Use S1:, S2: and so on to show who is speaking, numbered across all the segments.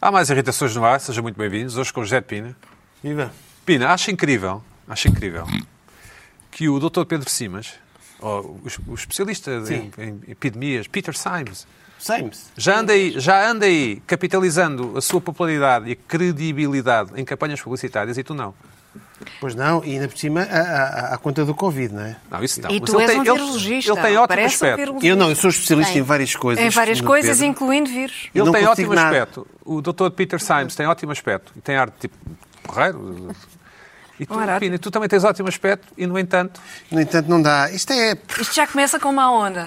S1: Há mais irritações no ar, sejam muito bem-vindos. Hoje com o José de Pina.
S2: Viva.
S1: Pina, acho incrível, acho incrível que o Dr. Pedro Simas, ou o, o especialista em,
S2: Sim.
S1: em epidemias, Peter Symes,
S2: Sames.
S1: já anda, aí, já anda aí capitalizando a sua popularidade e a credibilidade em campanhas publicitárias e tu não.
S2: Pois não, e ainda por cima a, a, a conta do Covid, não é?
S1: Não, isso não.
S3: E
S1: Mas
S3: tu
S1: ele
S3: és
S1: tem-
S3: um
S1: ele-
S3: virologista.
S1: Ele, tem ótimo
S3: Parece um
S1: aspecto.
S3: virologista.
S2: Eu não, eu sou especialista em várias coisas.
S3: Em várias
S2: no
S3: coisas,
S2: Pedro.
S3: incluindo vírus.
S1: Ele
S2: não
S1: tem
S2: consigo
S1: ótimo
S2: nada.
S1: aspecto. O Dr. Peter Symes tem ótimo aspecto. E tem ar de tipo correiro. E tu,
S3: Ora,
S1: Pina, tu também tens ótimo aspecto e, no entanto,
S2: No entanto, não dá. Isto é.
S3: Isto já começa com uma onda.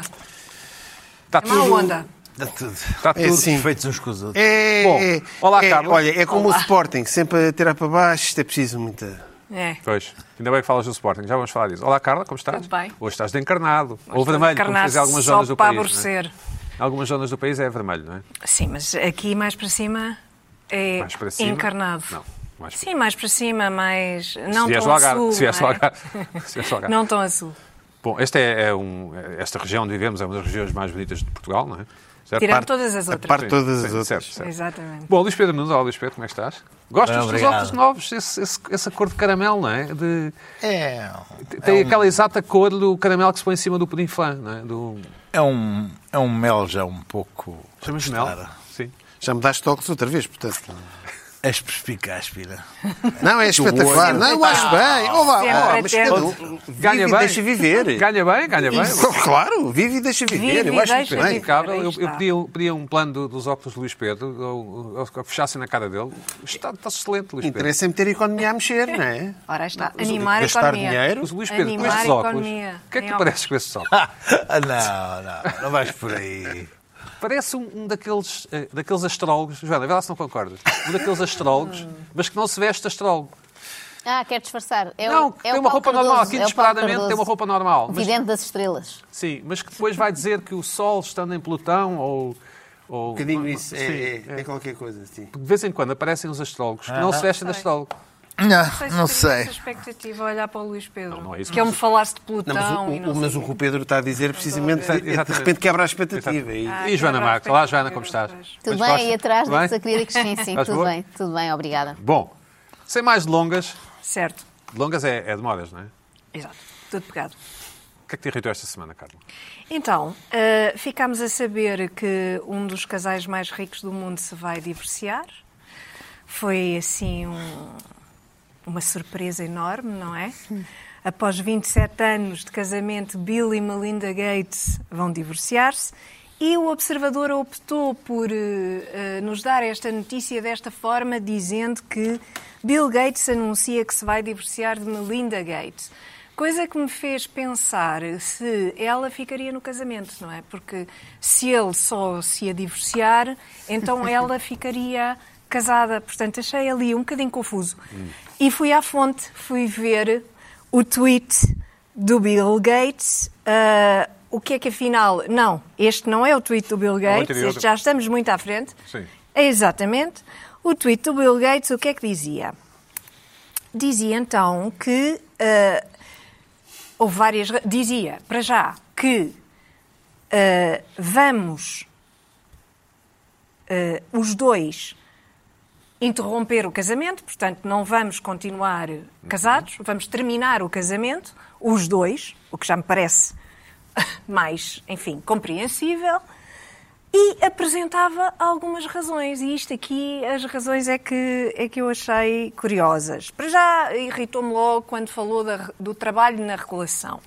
S1: está
S3: É uma
S1: tudo...
S3: onda.
S4: Dá tudo.
S1: Está
S2: É
S1: Tá tudo
S2: assim.
S4: Feitos uns com os outros.
S2: É,
S1: Bom,
S2: é-
S1: olá,
S2: é-
S1: Carlos.
S2: Olha, é como o Sporting, sempre a tirar para baixo, isto é preciso muita.
S3: É.
S1: Pois, ainda bem que falas do Sporting, já vamos falar disso. Olá Carla, como estás?
S3: Tudo bem.
S1: Hoje estás de encarnado, ou
S3: Estou
S1: vermelho, como
S3: encarnado
S1: fazem algumas
S3: só
S1: zonas do
S3: para
S1: país. não é?
S3: aborrecer.
S1: Algumas zonas do país é vermelho, não é?
S3: Sim, mas aqui mais para cima é
S1: Mais para cima?
S3: encarnado.
S1: Não, mais para-
S3: Sim, mais para cima, mais. Não
S1: vieres
S3: tão
S1: do
S3: a
S1: Algarve,
S3: sul.
S1: se vieres do
S3: não é?
S1: Algarve, se vieres do Algarve.
S3: Não tão a sul.
S1: Bom, esta, é, é um, esta região onde vivemos é uma das regiões mais bonitas de Portugal, não é? Certo?
S3: Tirando
S1: Parte-
S3: todas as outras.
S2: parte- todas
S1: Sim,
S2: as
S1: sim,
S2: outras.
S1: Certo, certo.
S3: Exatamente.
S1: Bom, Luís Pedro Nunes, olá Luís Pedro, como é que estás? Gostas
S4: Bem,
S1: dos
S4: obrigado.
S1: óculos novos, esse, esse, essa cor de caramelo, não é? De-
S4: É,
S1: tem aquela exata cor do caramelo que se põe em cima do pudim flan, não é? Do,
S4: é, um, é um mel já um pouco.
S1: chamas mel?
S4: atestada.
S1: Sim.
S2: Já me daste toques outra vez, portanto.
S4: És perspicaz, Pina.
S2: Não, é espetacular. Não, eu acho bem. Olá,
S3: Sempre
S2: olá, mas
S3: atento.
S2: cada um. vive
S1: Ganha bem.
S2: e deixa viver.
S1: Ganha bem, ganha bem. é
S2: Claro, vive e deixa viver.
S3: Vive
S2: eu
S3: e
S2: acho muito
S3: deixa
S2: bem.
S3: viver.
S1: impecável.
S3: Aí
S1: Eu, eu
S3: está.
S1: pedia, pedia um plano do- dos óculos do Luís Pedro, ou, ou que fechassem na cara dele. Está, está excelente, Luís Pedro.
S2: Interessa-me ter é a economia a mexer, não é?
S3: Ora, aí está. Animar a
S2: Gastar
S3: economia.
S2: dinheiro.
S1: Mas, Luís Pedro, com
S3: Animar
S1: estes
S3: a
S1: óculos,
S3: economia.
S1: o que é que
S3: Em
S1: tu
S3: óculos.
S1: pareces com estes óculos?
S4: Ah, não, não, não vais por aí.
S1: Parece um, um daqueles, eh, daqueles astrólogos, Joana, vê lá se não concordas, um daqueles astrólogos, mas que não se veste astrólogo.
S5: Ah, quer disfarçar. É
S1: não,
S5: o,
S1: que
S5: é
S1: tem
S5: o
S1: uma
S5: Paulo
S1: roupa
S5: Cardoso,
S1: normal, aqui
S5: é o Paulo
S1: desesperadamente
S5: Cardoso,
S1: tem uma roupa normal. Mas,
S5: Vidente das estrelas.
S1: sim, mas que depois vai dizer que o Sol, estando em Plutão, ou... ou
S2: Um bocadinho isso. É,
S1: Sim,
S2: é, é qualquer coisa, sim.
S1: De vez em quando aparecem os astrólogos que não se vestem de astrólogo.
S4: Não, não
S3: se teria
S4: sei.
S3: essa expectativa a olhar para o Luís Pedro.
S1: Não, não é isso,
S3: que ele
S1: mas-
S3: me falasse de
S2: Não,
S3: Plutão
S2: mas, o,
S3: e
S2: o-
S3: não
S2: mas
S3: sei
S2: o que o Pedro está a dizer, precisamente,
S1: Exato,
S2: de
S1: exatamente.
S2: repente quebra a expectativa. é E-
S3: Ah,
S1: E Joana
S3: que
S1: Marques, olá Joana,
S3: maravilha.
S1: como estás?
S5: Tudo bem?
S1: Mas gostas?
S5: E atrás
S1: Tudo
S5: dos
S1: bem?
S5: acrílicos? Sim, sim,
S1: Estás
S5: tudo
S1: boa?
S5: bem, tudo bem, obrigada.
S1: Bom, sem mais delongas,
S3: Certo.
S1: delongas é, é de modas, não é?
S3: Exato. Tudo pegado.
S1: O que é que te irritou esta semana, Carla?
S3: Então, eh, ficámos a saber que um dos casais mais ricos do mundo se vai divorciar. Foi assim um- uma surpresa enorme, não é? Após 27 anos de casamento, Bill e Melinda Gates vão divorciar-se. E o Observador optou por eh, eh, nos dar esta notícia desta forma, dizendo que Bill Gates anuncia que se vai divorciar de Melinda Gates. Coisa que me fez pensar se ela ficaria no casamento, não é? Porque se ele só se ia divorciar, então ela ficaria casada. Portanto, achei ali um bocadinho confuso. E fui à fonte, fui ver o tweet do Bill Gates. ah, o que é que afinal. Não, este não é o tweet do Bill Gates,
S1: anterior.
S3: este já estamos muito à frente.
S1: Sim.
S3: Exatamente. O tweet do Bill Gates, o que é que dizia? Dizia então que ah, houve várias. ra- Dizia, para já, que ah, vamos ah, os dois interromper o casamento, portanto, não vamos continuar casados, vamos terminar o casamento, os dois, o que já me parece mais, enfim, compreensível. E apresentava algumas razões, e isto aqui, as razões é que, é que eu achei curiosas. Para já, irritou-me logo quando falou da- do trabalho na regulação.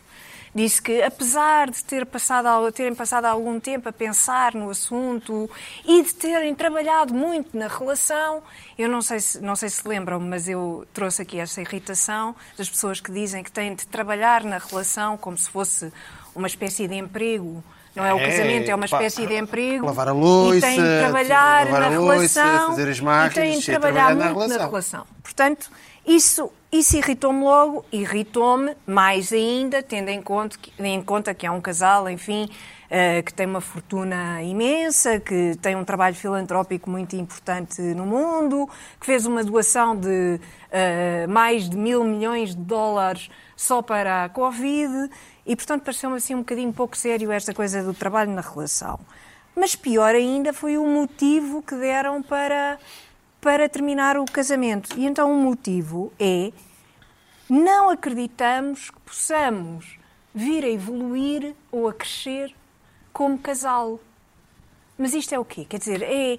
S3: Disse que, apesar de ter passado, al- terem passado algum tempo a pensar no assunto e de terem trabalhado muito na relação, eu não sei se, não sei se lembram, mas eu trouxe aqui esta irritação das pessoas que dizem que têm de trabalhar na relação como se fosse uma espécie de emprego. Não é o
S2: É,
S3: casamento, é uma
S2: pá,
S3: espécie de emprego.
S2: lavar a louça,
S3: e tem de trabalhar
S2: lavar a
S3: na
S2: louça,
S3: relação.
S2: fazer as
S3: e tem
S2: máquinas,
S3: de
S2: sim,
S3: trabalhar,
S2: trabalhar na
S3: muito na
S2: relação.
S3: relação. Portanto, isso, isso irritou-me logo, irritou-me mais ainda, tendo em conta, que, em conta que é um casal, enfim, eh, que tem uma fortuna imensa, que tem um trabalho filantrópico muito importante no mundo, que fez uma doação de eh, mais de mil milhões de dólares só para a Covid, e portanto pareceu-me assim um bocadinho pouco sério esta coisa do trabalho na relação. Mas pior ainda foi o motivo que deram para, para terminar o casamento. E então o motivo é não acreditamos que possamos vir a evoluir ou a crescer como casal. Mas isto é o quê? Quer dizer, é.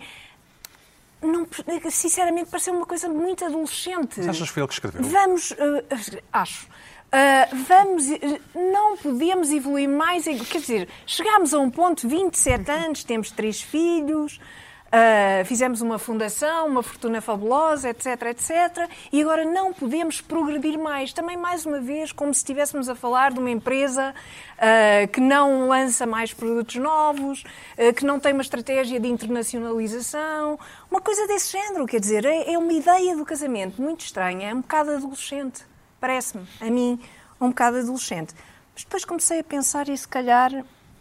S3: não- sinceramente, pareceu uma coisa muito adolescente.
S1: Mas achas que foi ele que escreveu?
S3: Vamos. eh, acho. Eh, vamos. eh, não podemos evoluir mais. em- Quer dizer, chegámos a um ponto, 27
S1: Uhum.
S3: anos, temos três filhos, eh, fizemos uma fundação, uma fortuna fabulosa, etc, etc. E agora não podemos progredir mais. Também, mais uma vez, como se estivéssemos a falar de uma empresa eh, que não lança mais produtos novos, eh, que não tem uma estratégia de internacionalização, uma coisa desse género. Quer dizer, é, é uma ideia do casamento muito estranha, é um bocado adolescente, parece-me, a mim, um bocado adolescente. Mas depois comecei a pensar e se calhar.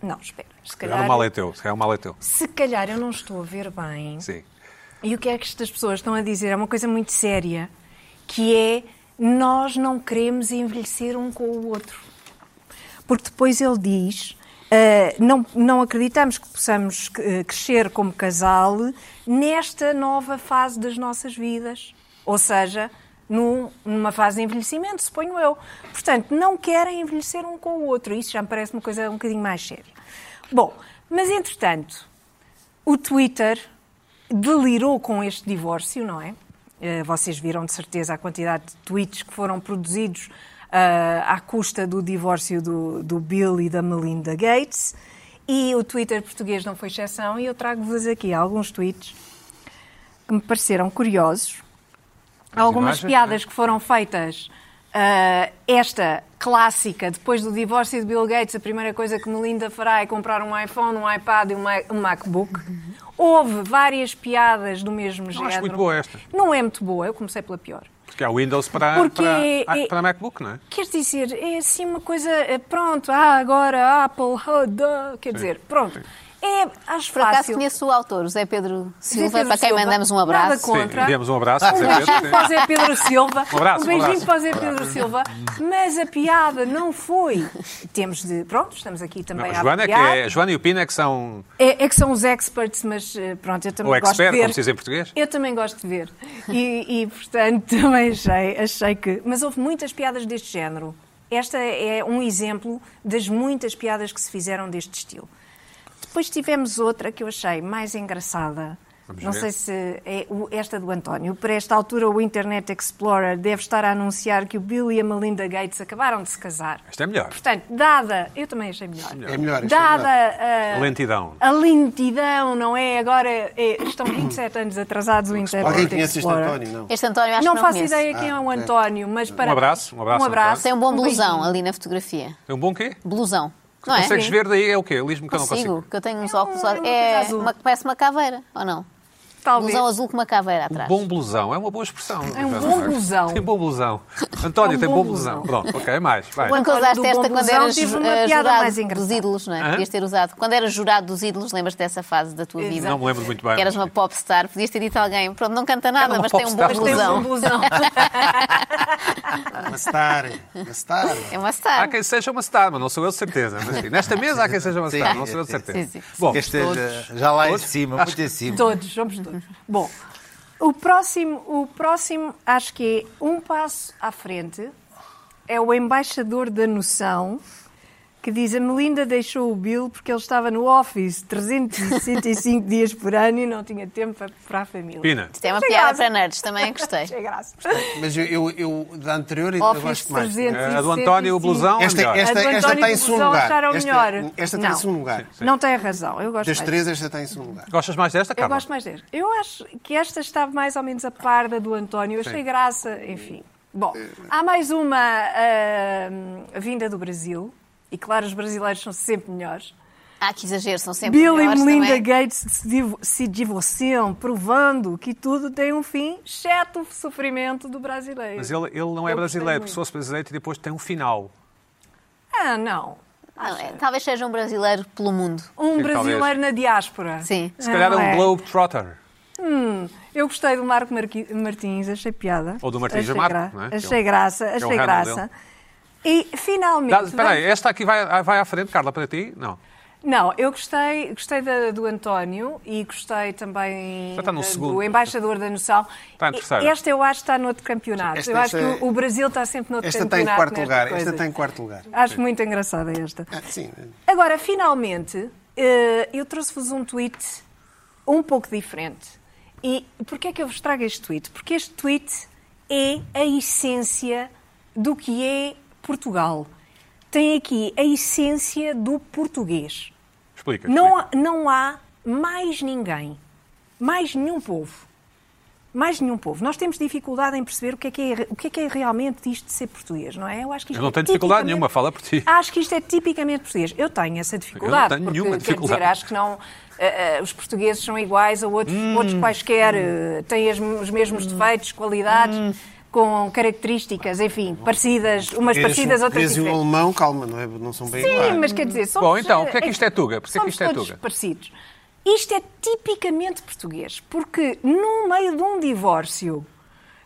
S3: Não, espera, se
S1: Era
S3: calhar.
S1: o mal é teu, se calhar o mal é teu.
S3: Se calhar eu não estou a ver bem.
S1: Sim.
S3: E o que é que estas pessoas estão a dizer? É uma coisa muito séria, que é nós não queremos envelhecer um com o outro. Porque depois ele diz, ah, não, não acreditamos que possamos eh, crescer como casal nesta nova fase das nossas vidas. Ou seja, num- numa fase de envelhecimento, suponho eu. Portanto, não querem envelhecer um com o outro. Isso já me parece uma coisa um bocadinho mais séria. Bom, mas entretanto, o Twitter delirou com este divórcio, não é? Eh, Vocês viram de certeza a quantidade de tweets que foram produzidos ah, à custa do divórcio do, do Bill e da Melinda Gates. E o Twitter português não foi exceção, e eu trago-vos aqui alguns tweets que me pareceram curiosos. Há algumas
S1: imagens, é?
S3: piadas que foram feitas. ah, esta clássica, depois do divórcio de Bill Gates, a primeira coisa que Melinda fará é comprar um iPhone, um iPad e um Ma- um MacBook. Houve várias piadas do mesmo género.
S1: acho muito boa esta.
S3: Não é muito boa, eu comecei pela pior.
S1: Porque há Windows para,
S3: Porque
S1: para,
S3: é-
S1: para MacBook, não é?
S3: Quer dizer, é assim uma coisa. eh, Pronto, ah, agora a Apple, ah, duh, quer dizer, pronto. É, acho
S5: Por acaso
S3: fácil.
S5: conheço o autor, o Zé Pedro Silva,
S3: Pedro
S5: para quem
S3: Silva,
S5: mandamos um
S3: nada
S5: abraço.
S3: com- Contra.
S1: Sim, demos um abraço.
S3: Um
S1: certeza,
S3: beijinho
S1: sim.
S3: para o Zé Pedro Silva.
S1: Um abraço, um
S3: beijinho
S1: abraço.
S3: para o Zé Pedro Silva. Mas a piada não foi. Temos de. Pronto, estamos aqui também
S1: Não,
S3: a
S1: a Joana, é que
S3: apoiar.
S1: é, a Joana e o Pina é que são
S3: É, é que são os experts, mas eh, pronto, eu também
S1: Ou
S3: gosto
S1: expert,
S3: de ver.
S1: como se diz em português.
S3: Eu também gosto de ver. E, e, portanto, também achei, achei que... Mas houve muitas piadas deste género. Esta é um exemplo das muitas piadas que se fizeram deste estilo. Depois tivemos outra que eu achei mais engraçada.
S1: Vamos
S3: Não
S1: ver.
S3: sei se é o- esta do António. Para esta altura, o Internet Explorer deve estar a anunciar que o Bill e a Melinda Gates acabaram de se casar.
S1: Esta é melhor.
S3: Portanto, dada. Eu também achei melhor.
S2: É melhor. isto é
S3: Dada
S2: melhor.
S3: a,
S1: lentidão.
S3: a lentidão, não é? Agora é, estão 27 anos atrasados o Internet
S2: Alguém conhece este
S3: Explorer.
S2: António? Não.
S5: Este António acho
S3: Não,
S5: que não
S3: faço
S5: conheço.
S3: ideia quem é o António, mas para...
S1: abraço, um abraço,
S5: Tem um bom blusão
S3: beijinho.
S5: ali na fotografia.
S1: É um bom quê?
S5: Blusão. Não é?
S1: Consegues ver daí é o quê? Liz-me que eu não
S5: Consigo,
S1: consigo.
S5: que eu tenho uns
S3: É um-
S5: óculos.
S3: é uma coisa
S5: É,
S3: azul.
S5: uma, parece uma caveira, ou não?
S3: Talvez.
S5: Blusão azul com uma caveira atrás.
S1: Bom blusão, é uma boa expressão.
S3: É um bom blusão.
S1: Tem bom blusão. António,
S3: É um
S1: tem
S3: bom
S1: bom blusão. Pronto, ok, mais. Vai.
S5: Nunca
S3: António
S5: usaste
S3: do
S5: esta
S3: Bom
S5: quando
S3: Blusão
S5: eras
S3: tive
S5: ju-
S3: uma
S5: eh,
S3: piada
S5: jurado
S3: mais
S5: dos
S3: engraçada.
S5: ídolos, não é?
S1: Hã?
S5: Podias ter usado. Quando eras jurado dos ídolos, lembras dessa fase da tua vida?
S1: Não me lembro muito bem.
S5: Que eras uma popstar, podias ter dito a alguém, pronto, não canta nada,
S1: Era uma
S5: mas tem um bom
S1: popstar.
S3: Mas tem
S5: blusão.
S3: um bom blusão.
S2: Uma star. Uma star.
S5: É uma
S1: Há
S5: star.
S1: quem seja uma star, mas não sou eu de certeza. Mas, sim, nesta mesa há quem seja uma star, não sou eu de certeza.
S5: Sim, sim.
S1: Bom,
S4: Este é já- já lá em
S1: Todos?
S4: cima,
S1: Acho
S4: muito em cima.
S3: todos, somos todos. Bom, o próximo, o próximo acho que é um passo à frente. É o embaixador da noção que diz a Melinda deixou o Bill porque ele estava no office 365 dias por ano e não tinha tempo para, para a família.
S1: Pina,
S5: Isto é uma
S3: Tem
S5: piada
S3: graça.
S5: para nerds, também gostei.
S3: É graça.
S2: Mas eu, eu, eu da anterior eu
S3: Office
S2: gosto mais.
S3: 300
S1: a do António, o blusão é
S2: Esta,
S1: melhor.
S2: esta,
S3: A do
S2: esta
S3: António
S2: está em
S3: do
S2: segundo
S3: Busão
S2: lugar.
S3: acharam melhor.
S2: Esta, esta está em
S3: Não.
S2: segundo lugar.
S3: Não tem razão, eu gosto
S2: Das
S3: mais.
S2: três, esta está em segundo lugar.
S1: Gostas mais desta,
S3: Eu
S1: Carla?
S3: gosto mais desta. Eu acho que esta estava mais ou menos a par da do António. Eu achei graça, enfim. Bom,
S1: Eh,
S3: há mais uma ah, vinda do Brasil. E claro, os brasileiros são sempre melhores.
S5: Ah, que exagero, são sempre
S3: Bill e
S5: melhores
S3: Melinda
S5: também.
S3: Gates se div- se divorciam, provando que tudo tem um fim, exceto o sofrimento do brasileiro.
S1: Mas ele, ele não é
S3: Eu gostei
S1: brasileiro,
S3: muito.
S1: porque se fosse brasileiro e depois tem um final.
S3: Ah, não.
S5: Não, é, talvez seja um brasileiro pelo mundo.
S3: Um
S1: Sim,
S3: brasileiro
S1: talvez.
S3: na diáspora.
S5: Sim.
S1: Se calhar é
S3: Não
S1: um
S3: é.
S1: Globetrotter.
S3: Eu gostei do Marco Marqui- Martins, achei piada.
S1: Ou do Martins
S3: achei
S1: Amargo,
S3: gra-
S1: não é? Que é o-
S3: Achei graça,
S1: o
S3: achei
S1: handle
S3: graça. E finalmente.
S1: Dá- Espera aí, esta aqui vai, vai à frente, Carla, para ti? Não.
S3: Não, eu gostei, gostei da- do António e gostei também
S1: Já está no
S3: da-
S1: segundo.
S3: do embaixador da noção.
S1: Está em terceiro.
S3: Esta eu acho que está noutro campeonato.
S2: Esta-
S3: eu acho
S2: esta- é-
S3: que o- o Brasil está sempre noutro
S2: Esta está
S3: campeonato.
S2: em quarto
S3: nestas
S2: lugar. Esta
S3: coisas.
S2: está em quarto lugar.
S3: Acho muito engraçada esta.
S2: Ah, sim.
S3: Agora, finalmente, eh, eu trouxe-vos um tweet um pouco diferente. E porquê é que eu vos trago este tweet? Porque este tweet é a essência do que é Portugal. Tem aqui a essência do português.
S1: Explica.
S3: Não,
S1: explica.
S3: há- não há mais ninguém, mais nenhum povo, mais nenhum povo. Nós temos dificuldade em perceber o que é que é, o que é, que é realmente isto de ser português, não é? Eu acho que isto
S1: Eu não
S3: é
S1: tenho dificuldade
S3: tipicamente-
S1: nenhuma, fala por ti.
S3: Acho que isto é tipicamente português. Eu tenho essa dificuldade.
S1: tenho
S3: porque,
S1: nenhuma
S3: quer
S1: dificuldade.
S3: Dizer, acho que não. eh, eh, os portugueses são iguais a outros,
S1: Hum.
S3: outros quaisquer, eh, têm as- os mesmos defeitos, qualidades,
S1: Hum.
S3: com características, enfim, parecidas, umas parecidas, outras
S2: Português e o
S3: diferentes.
S2: alemão, calma, não, é, não são bem
S3: Sim,
S2: iguais.
S3: mas quer dizer, somos,
S1: um Bom, então, o que é que
S3: eh,
S1: isto é Tuga? Por que é que
S3: somos
S1: isto é
S3: todos
S1: Tuga?
S3: parecidos. Isto é tipicamente português, porque no meio de um divórcio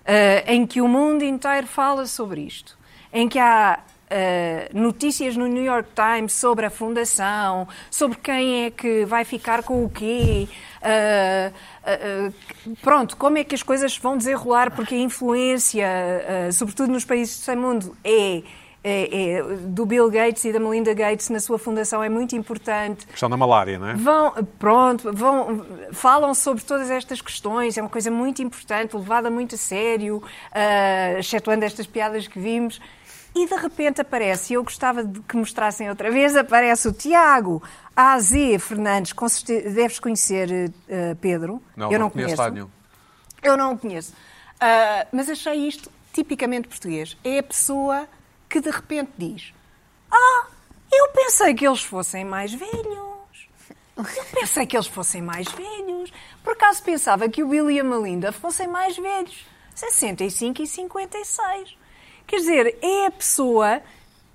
S3: eh, em que o mundo inteiro fala sobre isto, em que há eh, notícias no New York Times sobre a fundação, sobre quem é que vai ficar com o quê, eh, eh, eh, pronto, como é que as coisas vão desenrolar, porque a influência, eh, sobretudo nos países do terceiro mundo, é é- é, do Bill Gates e da Melinda Gates na sua fundação é muito importante.
S1: Questão da malária, não é?
S3: Vão, pronto, vão, falam sobre todas estas questões, é uma coisa muito importante, levada muito a sério, ah, excetuando estas piadas que vimos. E de repente aparece, e eu gostava de que mostrassem outra vez, aparece o Tiago AZ Fernandes, com certeza, deves conhecer, eh, Pedro.
S1: Não,
S3: eu
S1: não
S3: não
S1: conheço
S3: conheço.
S1: lado nenhum.
S3: Eu não o conheço. Ah, mas achei isto tipicamente português. É a pessoa que de repente diz: Ah, eu pensei que eles fossem mais velhos. Eu pensei que eles fossem mais velhos. Por acaso pensava que o Will e a Melinda fossem mais velhos. 65 e 56. Quer dizer, é a pessoa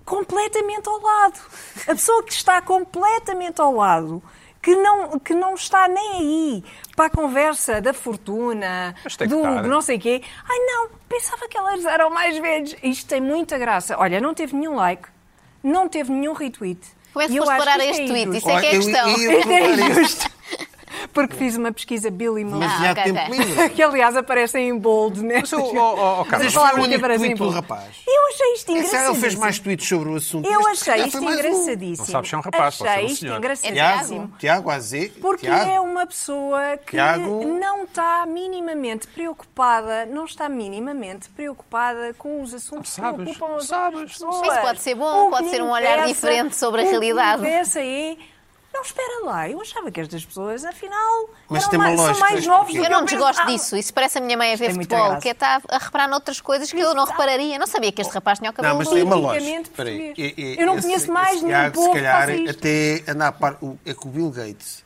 S3: completamente ao lado. A pessoa que está completamente ao lado, que não, que não está nem aí para a conversa da fortuna,
S1: Mas tem que
S3: do
S1: estar.
S3: não sei quê. Ai não, pensava que elas eram mais velhos. Isto tem muita graça. Olha, não teve nenhum like, não teve nenhum retweet.
S5: Como é que
S3: E eu
S5: foste
S3: acho
S5: parar a
S3: que isto
S5: este
S3: é
S5: tweet?
S3: injusto.
S5: Isso é que é a
S2: eu-
S5: questão.
S2: eu-
S3: Isto é injusto. Porque fiz uma pesquisa Billy
S2: Mas
S5: Ah,
S3: Melinda.
S2: já há
S5: ok,
S2: tempo
S5: ok.
S2: livre.
S3: Que aliás aparecem em bold, né?
S1: Mas, oh, oh, oh, Carla,
S2: Mas
S3: Vou falar
S2: foi o
S3: porque
S2: único
S3: aparecem
S2: tweet
S3: em
S2: do
S3: bold.
S2: rapaz.
S3: Eu achei isto
S2: Esse é,
S3: engraçadíssimo.
S2: Ele fez mais tweets sobre o assunto.
S3: Eu
S2: Este, se
S3: achei
S2: calhar,
S3: isto
S2: foi mais um.
S3: engraçadíssimo.
S1: Não sabes se é um rapaz, pode ser um
S3: Achei isto
S1: senhor.
S3: engraçadíssimo.
S2: É Tiago, Tiago AZ.
S3: Porque
S2: Tiago.
S3: é uma pessoa que
S2: Tiago.
S3: não está minimamente preocupada, não está minimamente preocupada com os assuntos
S1: Não sabes,
S3: que preocupam
S1: não
S3: as
S1: sabes,
S3: outras
S1: não
S3: pessoas.
S5: sabes. Isso pode ser bom,
S3: O que
S5: pode
S3: me
S5: ser um olhar
S3: interessa-
S5: diferente sobre a
S3: o que me
S5: realidade.
S3: interessa é, não espera lá, eu achava que estas pessoas, afinal,
S2: Mas
S3: eram
S2: tem uma
S3: mais- são
S2: lógica,
S3: mais novos do
S5: Eu
S3: que
S5: não desgosto
S3: pensava.
S5: disso. Isso parece a minha mãe a ver
S3: tem muita
S5: futebol,
S3: graça.
S5: que é estar a reparar noutras coisas que eu não repararia. Não sabia que este rapaz tinha o cabelo
S2: Não, mas
S5: liso.
S2: tem uma lógica.
S3: politicamente
S2: Espera aí.
S3: português.
S2: E- e-
S3: Eu não
S2: esse-
S3: conheço mais
S2: esse
S3: nenhum
S2: Tiago,
S3: povo que
S2: Se calhar,
S3: faça isto.
S2: até anda a par. o- É que o Bill Gates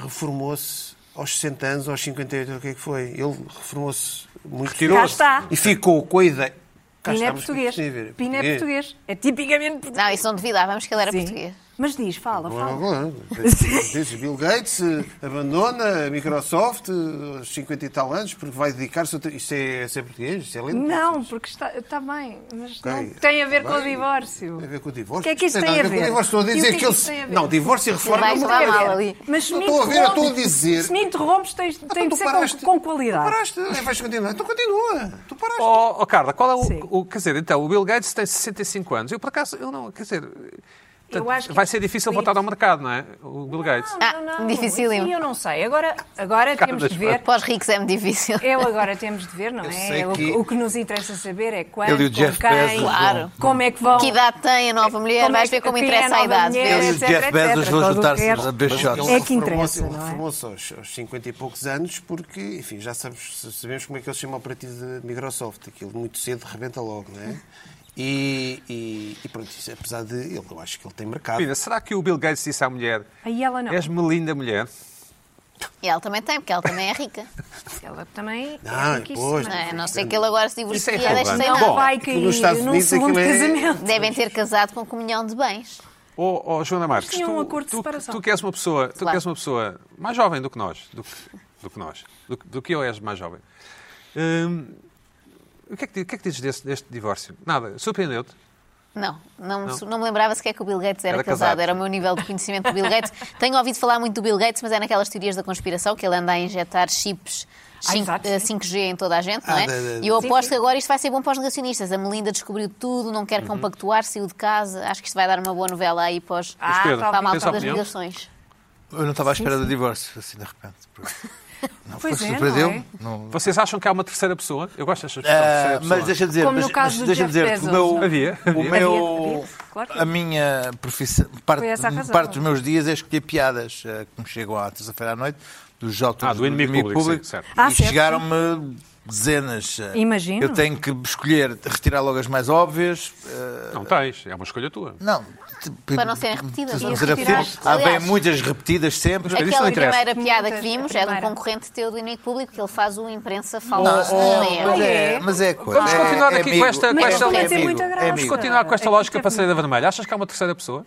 S2: reformou-se aos 60 anos, aos 58, o que é que foi? Ele reformou-se muito
S1: Retirou-se.
S3: Cá está.
S2: E ficou com a ideia. Cá
S3: Pina é
S2: estamos com
S3: português.
S2: possível.
S3: Pina é português. É tipicamente português.
S5: Não, isso não duvidávamos que ele era
S3: Sim.
S5: português.
S3: Mas diz, fala, fala.
S2: Agora, Diz Bill Gates eh, abandona a Microsoft eh, aos 50 e tal anos porque vai dedicar-se a. outra- Isto é, isso é português? Isso é lindo?
S3: Não, porque está, está bem, mas
S2: Ok,
S3: não tem a ver
S2: está
S3: com o
S2: bem.
S3: divórcio.
S2: Tem a ver com o divórcio.
S3: O que é que isto
S2: nada
S3: tem a
S2: com o
S3: ver?
S2: divórcio. Estou a
S3: E o
S2: dizer
S3: que é
S2: que,
S3: que
S2: eles.
S3: isto tem a ver?
S2: Não, divórcio e reforma
S5: vai
S2: não
S5: levar
S2: tem a ver.
S5: Tá mal ali.
S3: Mas se
S2: Não
S3: me
S2: estou a ver, eu
S3: interrompes-
S2: estou a dizer.
S3: Se me interrompes, tens, tem
S2: Então
S3: que
S2: tu
S3: ser
S2: paraste.
S3: com, com
S2: Tu
S3: qualidade.
S2: paraste, Aí vais continuar. Então continua. Tu paraste.
S1: Oh, oh, Carla, qual é
S3: Sim.
S1: o, o- Quer dizer, então, o Bill Gates tem 65 anos. Eu, por acaso, eu não. Quer dizer. portanto,
S3: acho que
S1: vai
S3: é
S1: ser difícil
S3: difícil.
S1: voltar ao mercado, não é? O Bill Gates.
S5: Ah, dificílimo.
S3: Sim, eu não sei. Agora, agora temos de ver.
S5: Para os ricos é muito difícil.
S3: Eu agora temos de ver, não
S2: sei
S3: é? O
S2: que-
S3: o que nos interessa saber é quando,
S4: Ele e o
S3: com
S4: Jeff
S3: quem,
S4: Bezos vão-
S5: Claro.
S3: como é que vão...
S5: Que idade tem a nova mulher?
S3: Como é
S5: Vais
S3: que-
S5: ver como
S3: quem é
S5: interessa a
S3: nova
S5: idade.
S3: mulher?
S5: dele.
S4: Ele e o
S3: etc,
S4: Jeff Bezos
S3: etc,
S4: vão
S3: todo o
S4: juntar-se
S3: resto.
S4: a dois
S2: Mas um
S4: shots.
S2: ele
S3: É que interessa,
S2: reformou-se-
S3: não
S2: Ele
S3: é?
S2: reformou-se aos, aos 50 e poucos anos porque, enfim, já sabes, sabemos como é que eles chamam o operativo da Microsoft. Aquilo muito cedo rebenta logo, não é? E, e- e pronto, isso, apesar de. Ele, eu acho que ele tem mercado.
S1: Pina, será que o Bill Gates disse à mulher:
S3: Aí ela não.
S1: És uma linda mulher?
S5: E ela também tem, porque ela também é rica.
S3: Ela também
S2: Não,
S3: é riquíssima.
S2: pois,
S5: Não, é? a não ser que ele agora se divorcie
S1: Isso é
S5: e ela deixe
S1: irrelevante.
S5: sem
S1: Não
S5: nada.
S1: Bom,
S3: vai
S2: nos
S3: cair
S2: Estados
S3: num
S2: Unidos
S3: segundo
S2: aquilo é-
S3: casamento.
S5: Devem ter casado com um comunhão de bens.
S1: Oh, oh, Joana Marques,
S3: tinham um
S1: tu,
S3: acordo de
S1: tu,
S3: separação.
S1: tu que és uma pessoa, tu
S5: Claro.
S1: que és uma pessoa mais jovem do que nós, do que, do que nós, do, que- do que eu és mais jovem. Hum, o, que é que, di- o que é que dizes desse- deste divórcio? Nada, surpreendeu-te?
S5: Não, não, me- não me lembrava sequer que o Bill Gates era,
S1: Era
S5: casado.
S1: casado.
S5: era o meu nível de conhecimento do Bill Gates. Tenho ouvido falar muito do Bill Gates, mas é naquelas teorias da conspiração que ele anda a injetar chips.
S3: Ah,
S5: 5,
S3: exato, sim.
S5: g em toda a gente, não é?
S2: Ah, da- da-
S5: E eu
S3: Sim,
S5: aposto
S3: sim.
S5: que agora isto vai ser bom para os negacionistas. A Melinda descobriu tudo, não quer compactuar, saiu de casa. Acho que isto vai dar uma boa novela aí para, os,
S3: Ah,
S1: Pedro,
S5: para a
S3: talvez.
S1: tens a
S5: malta das
S1: opinião?
S5: negações.
S4: Eu não estava à espera do divórcio, assim, de repente. porque Não
S3: Pois é,
S4: surpreendeu.
S3: não é?
S4: Não...
S1: Vocês acham que há uma terceira pessoa? Eu gosto desta expressão, terceira
S4: Ah,
S1: pessoa.
S4: mas deixa-me dizer,
S3: Como no
S4: mas-
S3: caso
S4: mas
S3: do
S4: deixa-me
S3: Jeff
S4: dizer que o
S3: Bezos,
S4: meu,
S3: não é?
S1: Havia,
S4: o
S1: havia.
S4: meu,
S3: Havia, havia, claro que
S4: a minha profissão, parte,
S3: Foi essa a razão.
S4: parte dos meus dias é escolher piadas eh, que me chegam à terça-feira à noite dos autores
S1: Ah, do inimigo público, sim, certo.
S3: Ah,
S4: e
S3: certo.
S4: chegaram-me dezenas. eh,
S3: Imagino.
S4: Eu tenho que escolher retirar logo as mais óbvias. eh,
S1: Não tens, é uma escolha tua.
S4: Não, tipo, te-
S5: Para não serem repetidas.
S4: Para não
S5: E
S4: serem
S5: retirar-
S4: repetidas. Há bem
S5: Aliás,
S4: Ah, muitas repetidas sempre.
S1: Mas isso não
S5: Aquela
S1: interessa.
S5: primeira piada que
S3: Muitas,
S5: vimos é de
S3: a
S5: um
S3: Hum, primeira.
S5: concorrente teu do inimigo público que ele faz o imprensa
S4: Não,
S5: falsa.
S4: não, mas, é,
S3: é?
S4: mas é coisa.
S1: Vamos
S4: é-
S1: continuar
S4: é
S1: aqui com
S4: amigo,
S1: esta- com
S4: é
S1: esta
S4: amigo,
S1: lista.
S3: Tem muita graça.
S4: é
S1: Vamos
S4: amigo.
S1: continuar com esta
S3: É que
S1: lógica
S3: teve-
S1: passadeira vermelha. Achas que há uma terceira pessoa?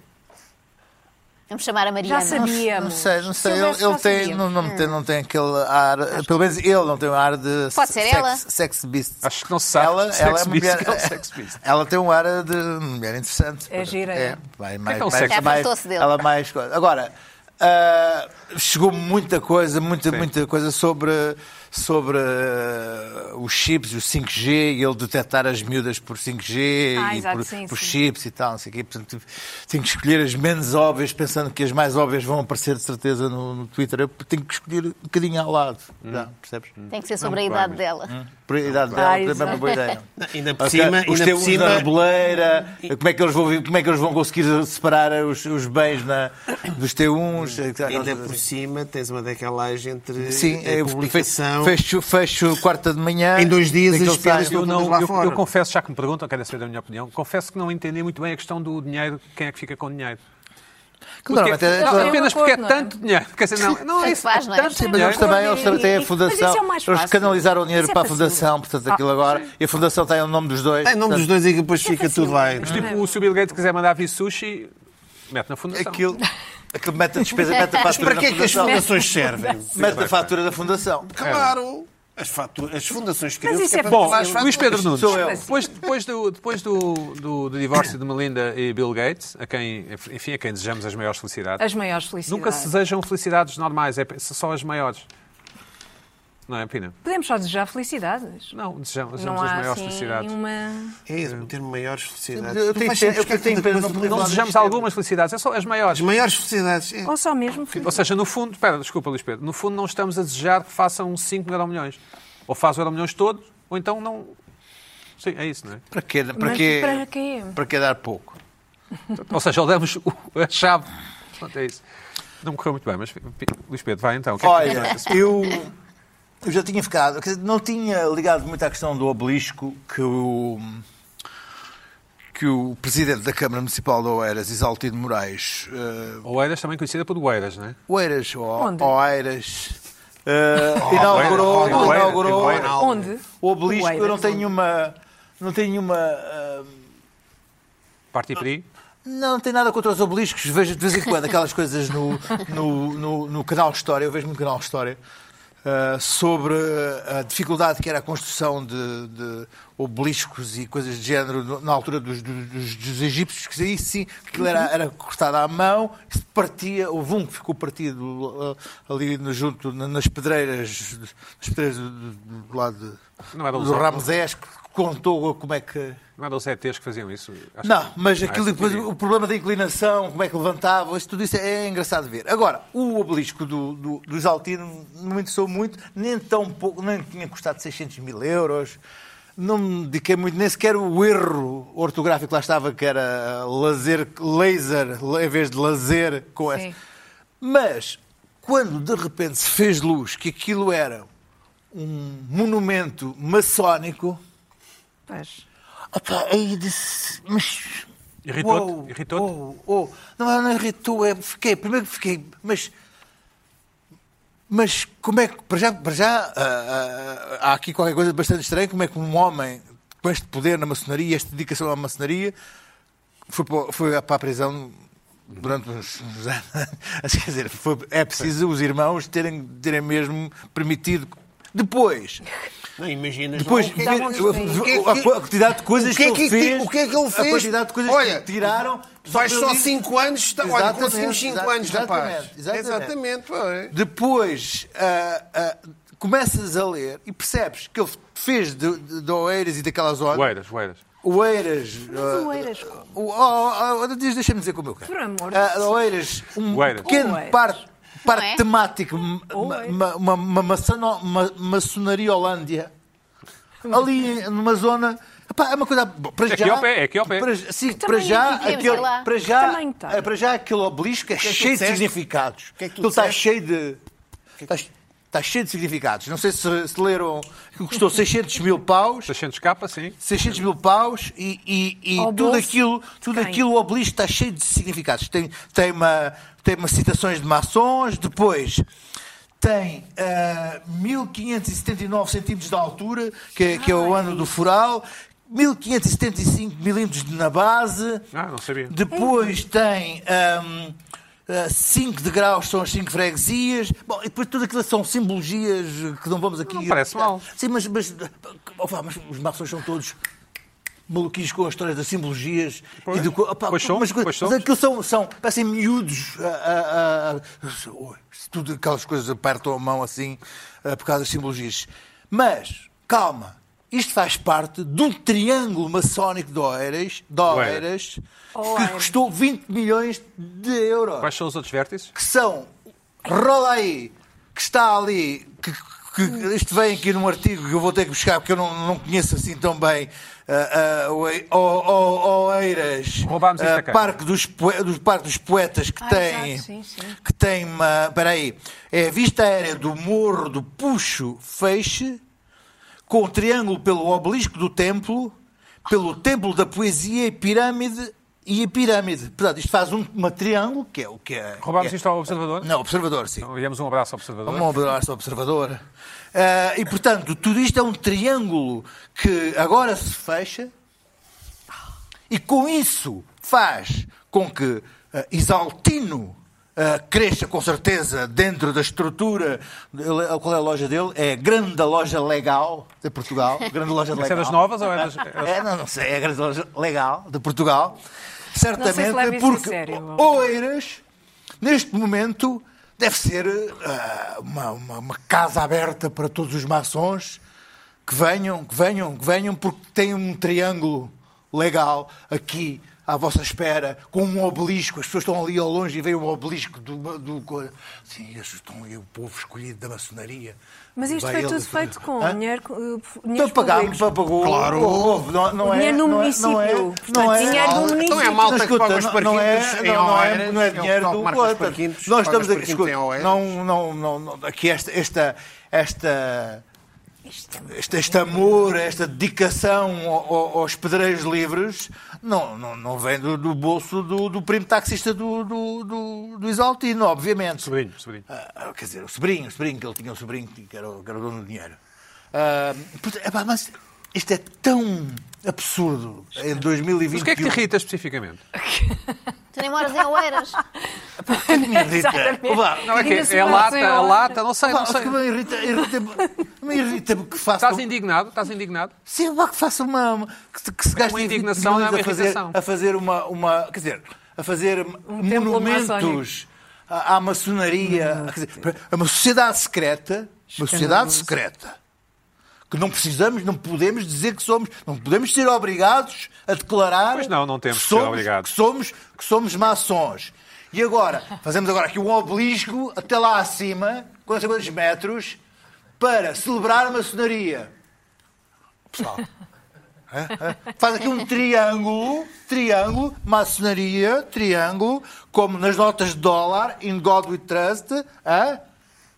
S5: Vamos chamar a Mariana.
S3: Já sabíamos.
S4: Não sei, não sei.
S3: Se
S4: Ele,
S3: houvesse, já
S4: ele tem,
S3: sabíamos.
S4: não, não tem, não tem aquele ar. Pelo menos ele não tem um ar de.
S5: Pode ser
S4: sex,
S5: ela.
S4: Sex beast.
S1: Acho que não se sabe.
S4: Ela,
S1: Sex
S4: ela é uma
S1: beast,
S4: mulher.
S1: que é um sex beast.
S4: Ela tem um ar de mulher interessante.
S3: É gira, é.
S4: É, vai mais.
S1: é um
S4: mais-
S1: sex beast?
S4: mais-
S5: Afastou-se dele.
S4: Ela mais. coisa. Agora. ah, chegou muita coisa, muita,
S1: Sim.
S4: muita coisa sobre, sobre ah, os chips, o 5G, e ele detectar as miúdas por 5G
S3: Ah,
S4: e
S3: exato,
S4: por,
S3: sim,
S4: por
S3: sim.
S4: chips e tal, não sei o quê. Portanto, tive- tenho que escolher as menos óbvias, pensando que as mais óbvias vão aparecer de certeza no, no Twitter. Eu tenho que escolher um bocadinho ao lado. Não, percebes?
S5: Tem que ser sobre a idade dela.
S1: Hum?
S4: Por a idade dela,
S3: Ah,
S4: também é uma
S3: exato.
S4: boa ideia.
S2: Não, Ainda por
S4: Os
S2: cima,
S4: ca- os
S2: ainda por
S4: teus da
S2: cima,
S4: reboleira, como é que eles vão, vi- como é que eles vão conseguir separar os, os bens na, dos É T1s?
S2: ainda
S4: assim.
S2: por cima tens uma decalagem entre
S4: Sim, é,
S2: a
S3: é,
S4: eu
S2: publicação.
S4: fecho, fecho quarta de manhã.
S2: Em dois dias as piadas
S4: sai.
S2: estão
S1: Eu, não-
S2: todas lá
S1: eu-
S2: fora.
S1: eu confesso, já que me perguntam, quero saber da minha opinião, confesso que não entendi muito bem a questão do dinheiro, quem é que fica com o dinheiro.
S4: Que normalmente é-
S1: não,
S3: claro.
S1: apenas porque é
S3: Tem um acordo, não é?
S1: tanto dinheiro. Quer dizer, não, não é
S5: Tanto
S1: isso.
S5: faz, não é?
S1: tanto
S5: Sim,
S4: Mas eles
S1: dinheiro.
S4: também, eles também têm a
S3: Mas isso é o
S4: fundação.
S3: mais
S4: Eles
S3: fácil.
S4: canalizaram o dinheiro
S3: Isso é
S4: para a
S3: facílimo.
S4: fundação, portanto,
S3: Ah,
S4: aquilo agora. E a fundação tem o nome dos dois.
S2: Ah, Em nome dos
S4: portanto,
S2: dois e depois
S3: assim,
S2: fica tudo
S3: é?
S2: então. bem.
S1: Mas, tipo, se o Bill Gates quiser mandar vir sushi, mete na fundação.
S4: Aquilo, aquilo mete a despesa, mete a
S2: Mas
S4: fatura
S2: para que
S4: da
S2: é que as
S4: fundação.
S2: fundações servem?
S4: Mete a fatura da fundação.
S2: Claro! As, fatu- as fundações criam
S3: isso é
S2: para
S1: Bom,
S2: pagar as
S1: Luís
S2: faturas.
S1: Pedro Nunes,
S4: Sou eu.
S1: depois, depois, do, depois do, do, do divórcio de Melinda e Bill Gates, a quem, enfim, a quem desejamos as maiores felicidades,
S3: As maiores felicidades.
S1: nunca se desejam felicidades normais, é só as maiores. Não é, Pina?
S3: Podemos só desejar felicidades.
S1: Não, desejamos, desejamos
S3: Não
S1: as
S3: há
S1: maiores
S3: assim
S1: felicidades.
S3: nenhuma.
S2: É isso, meter maiores
S4: Eu
S2: felicidades.
S4: tenho
S2: Não faz
S4: pena-
S2: sentido,
S4: eu
S2: porque é
S4: tenho
S2: que
S4: pena
S2: não
S4: de
S2: podemos
S1: Não
S4: falar
S2: falar
S1: desejamos
S2: disto?
S1: algumas felicidades, é só as maiores.
S2: As maiores felicidades. é.
S3: Ou só mesmo
S1: Ou seja, no fundo, espera, desculpa, Luís Pedro, no fundo não estamos a desejar que façam 5 euro milhões. Ou faz o euro milhões todo, ou então não. Sim, é isso, não é?
S4: Para quê? Para
S3: Mas
S4: quê?
S3: para quê?
S4: Para quê dar pouco?
S1: Ou seja, ele demos o- a chave. Pronto, é isso. Não me correu muito bem, mas P- P- Luís Pedro, vai então. O que é que
S4: Olha,
S1: acontece?
S4: eu, eu já tinha ficado, quer dizer, não tinha ligado muito à questão do obelisco que o, que o presidente da Câmara Municipal de Oeiras, Isaltino Moraes, eh,
S1: Oeiras, também conhecida por Oeiras, não é?
S4: Oeiras, ou
S3: Onde?
S4: Oeiras, eh, inaugurou,
S1: Oeiras, Oeiras,
S4: inaugurou
S1: Oeiras.
S3: Onde?
S4: o obelisco. eu não
S3: Oeiras,
S4: tenho
S3: onde?
S4: nenhuma. Não tenho nenhuma. eh,
S1: Parti PRI.
S4: Não, não tem nada contra os obeliscos. Vejo de vez em quando aquelas coisas no, no, no, no canal História, eu vejo no canal História, ah, sobre a dificuldade que era a construção de, de obeliscos e coisas de género no- na altura dos, dos, dos egípcios, que aí sim, aquilo era, era cortado à mão, que se partia, houve um que ficou partido ah, ali no, junto na- nas pedreiras, nas pedreiras do, do- do lado de-
S1: Não era o
S4: do
S1: Zé-
S4: Ramsés, que contou como é que.
S1: Não eram os ETs que faziam isso? Acho
S4: Não,
S1: que-
S4: mas
S1: Ah,
S4: aquilo
S1: essa
S4: depois,
S1: teoria.
S4: o problema da inclinação, como é que levantava, isso tudo isso é engraçado de ver. Agora, o obelisco do, do, do Isaltino não me interessou muito, nem tão pouco, nem tinha custado 600 mil euros, não me dediquei muito, nem sequer o erro ortográfico lá estava, que era laser, laser, em vez de lazer, com
S3: Sim.
S4: S. Mas, quando de repente se fez luz que aquilo era um monumento maçónico,
S3: Pois.
S4: Opa, aí disse, mas.
S1: Irritou-te?
S4: Uou,
S1: Irritou-te?
S4: uou, uou. Não, não irritou, é, fiquei, primeiro que fiquei, mas. Mas como é que. Para já, para já ah, ah, há aqui qualquer coisa bastante estranha, como é que um homem com este poder na maçonaria, esta dedicação à maçonaria, foi para, foi para a prisão durante uns, uns anos. Assim, Quer dizer, foi- é preciso os irmãos terem, terem mesmo permitido. Depois,
S2: Não, imaginas
S4: Depois,
S2: lá o que é
S4: vê-
S2: que-
S4: o-
S2: o que é que-
S4: a quantidade de coisas
S2: o que é
S4: que ele fez.
S2: O que é que ele fez?
S4: A quantidade de coisas
S2: Olha,
S4: que tiraram.
S2: Vais
S4: pelo
S2: só
S4: livro.
S2: 5 anos, está, olha,
S4: Exatamente,
S2: conseguimos 5
S4: exa-
S2: anos, rapaz.
S4: Exatamente. exatamente.
S2: Exatamente, pois.
S4: Depois ah, ah, começas a ler e percebes que ele fez de, de, de Oeiras e daquela zona.
S1: Oeiras, oeiras.
S4: Oeiras.
S3: Mas
S4: ah,
S3: Oeiras,
S4: o- oh, oh, oh, Deixa-me dizer como eu quero.
S3: Por amor de
S4: Ah, Oeiras, um
S1: Oeiras.
S4: pequeno
S3: Oeiras.
S4: parte. Parte
S5: Não é?
S4: temática, uma, uma, uma, uma maçano- uma maçonaria Holândia, ali numa zona. Epá, é uma coisa. bom, Para
S1: Aqui
S4: já,
S1: ao
S2: é
S1: pé, aqui ao pé.
S4: Para, sim,
S3: Que
S4: para
S3: tamanho
S4: já,
S5: é que tem,
S4: aquele,
S5: sei lá?
S4: para, já,
S3: Que tamanho tem?
S4: eh, para já aquele obelisco é
S2: é que tu
S4: cheio de
S2: disseste?
S4: significados.
S2: que é que tu
S4: Ele está
S2: disseste?
S4: cheio de. Está, está cheio de significados. Não sei se, se leram que custou 600 mil paus.
S1: 600 capas, sim.
S4: 600 mil paus e, e- e
S3: Ao
S4: tudo
S3: bolso
S4: aquilo, tudo
S3: de quem?
S4: aquilo o obelisco está cheio de significados. Tem, tem, uma, tem uma citações de maçons, depois tem ah, 1579 centímetros de altura, que, é- que é o ano do fural, 1575 milímetros de- na base,
S1: Ah, não sabia.
S4: depois tem hum, eh, 5 degraus, são as 5 freguesias. Bom, e depois tudo aquilo são simbologias que não vamos aqui.
S1: Não parece mal.
S4: Sim, mas, mas, opa, mas os maçons são todos maluquinhos com as histórias das simbologias.
S1: Pois.
S4: e do, co- opa,
S1: Pois são,
S4: mas,
S1: pois são.
S4: mas aquilo são, são parecem miúdos. ah, ah, ah, ui, tudo aquelas coisas apertam a mão assim ah, por causa das simbologias. Mas, calma, isto faz parte de um triângulo maçónico de Oeiras, de Oeiras,
S3: Oeiras.
S4: que custou 20 milhões de euros
S1: Quais são os outros vértices?
S4: que são rola aí, que está ali, que, que- isto vem aqui num artigo que eu vou ter que buscar porque eu não, não conheço assim tão bem ah, ah, o- o- o- Oeiras,
S1: Roubámos isto
S4: ah,
S1: a quem?
S4: Parque dos, Poe- dos Parque dos Poetas que
S3: Ah,
S4: tem
S3: exato, sim, sim.
S4: que tem uma, espera aí, é a vista aérea do Morro do Puxo Feixe com o triângulo pelo obelisco do templo, pelo templo da poesia e pirâmide e a pirâmide. Portanto, isto faz um uma triângulo que é o que é.
S1: Roubámos
S4: que é-
S1: isto ao observador?
S4: não, observador, sim.
S1: Então, Demos um abraço ao observador.
S4: Vamos observar esta observadora. Ah, e, portanto, tudo isto é um triângulo que agora se fecha e, com isso, faz com que ah, Isaltino ah, cresça, com certeza, dentro da estrutura. Ele- qual é a loja dele? É a Grande Loja Legal de Portugal. Grande Loja Legal.
S1: Essa é das novas ou é das...
S4: É, não, não sei, é a grande loja legal de Portugal. Certamente,
S3: leva isso a
S4: porque
S3: sério.
S4: Oeiras, neste momento, deve ser ah, uma, uma- uma casa aberta para todos os maçons que venham, que venham, que venham, porque tem um triângulo legal aqui à vossa espera, com um obelisco. As pessoas estão ali ao longe e veem o obelisco do. do co- sim, estes estão aí, o povo escolhido da maçonaria.
S3: Mas isto
S4: Vai
S3: foi
S4: ele-
S3: tudo feito com
S4: Hã?
S3: dinheiro, eh,
S4: Então
S3: dinheiros
S4: pagámos,
S3: públicos.
S4: pagou.
S2: Claro.
S4: Houve, Não, não
S3: O
S4: é,
S3: dinheiro no
S4: não é-
S3: município.
S4: Não é,
S3: Portanto,
S4: não é,
S3: dinheiro do
S4: não-
S3: município.
S2: Então é a malta que
S4: escuta,
S2: paga os
S4: não- não é-
S2: parquinhos em
S4: não- não é-
S2: Oeiras,
S4: não é
S2: é o
S4: dinheiro
S2: pessoal que
S4: do
S2: marca os
S4: Portanto,
S2: parquinhos,
S4: Nós
S2: paga os
S4: estamos aqui.
S2: parquinhos em
S4: escuta,
S2: Oeiras.
S4: Não, não, não, não- aqui esta, esta, esta,
S3: Isto é
S4: este, este amor, esta dedicação ao- ao- aos pedreiros livres não, não, não vem do, do bolso do, do primo taxista do, do, do, do Isaltino, obviamente.
S1: Sobrinho, sobrinho.
S4: Ah, quer dizer, o sobrinho, o sobrinho, que ele tinha um sobrinho que era, o- que era o dono do dinheiro. Ah, portanto, epá, mas isto é tão absurdo em 2021.
S1: Mas o que é que te irrita especificamente?
S5: Tu nem moras em Oeiras.
S4: que me irrita? Opa,
S1: Não, é que
S3: Ainda se
S1: é a
S3: passa
S1: lata,
S3: em
S1: a
S3: hora.
S1: lata, não sei,
S4: opa,
S1: não sei.
S4: o que me irrita, irrita-me me irrita que façam.
S1: Estás indignado? Estás indignado?
S4: Sim, vá que faça uma. uma- que, se- que se gastem
S1: Uma
S4: 20
S1: indignação
S4: milhões
S1: não é uma
S4: a fazer,
S1: irritação. Um
S4: a fazer uma, uma. Quer dizer, a fazer
S3: templo
S4: monumentos à, à
S1: Uhum.
S4: maçonaria. Quer dizer, é uma sociedade secreta. Uma sociedade secreta. Que não precisamos, não podemos dizer que somos. Não podemos ser obrigados a declarar.
S1: Pois não, não temos
S4: que
S1: que ser
S4: somos,
S1: obrigados.
S4: Que somos, que somos maçons. E agora, fazemos agora aqui um obelisco até lá acima, com não sei quantos metros, para celebrar a maçonaria pessoal. Hã? Hã? Faz aqui um triângulo, triângulo, maçonaria, triângulo, como nas notas de dólar, in God we trust, hã?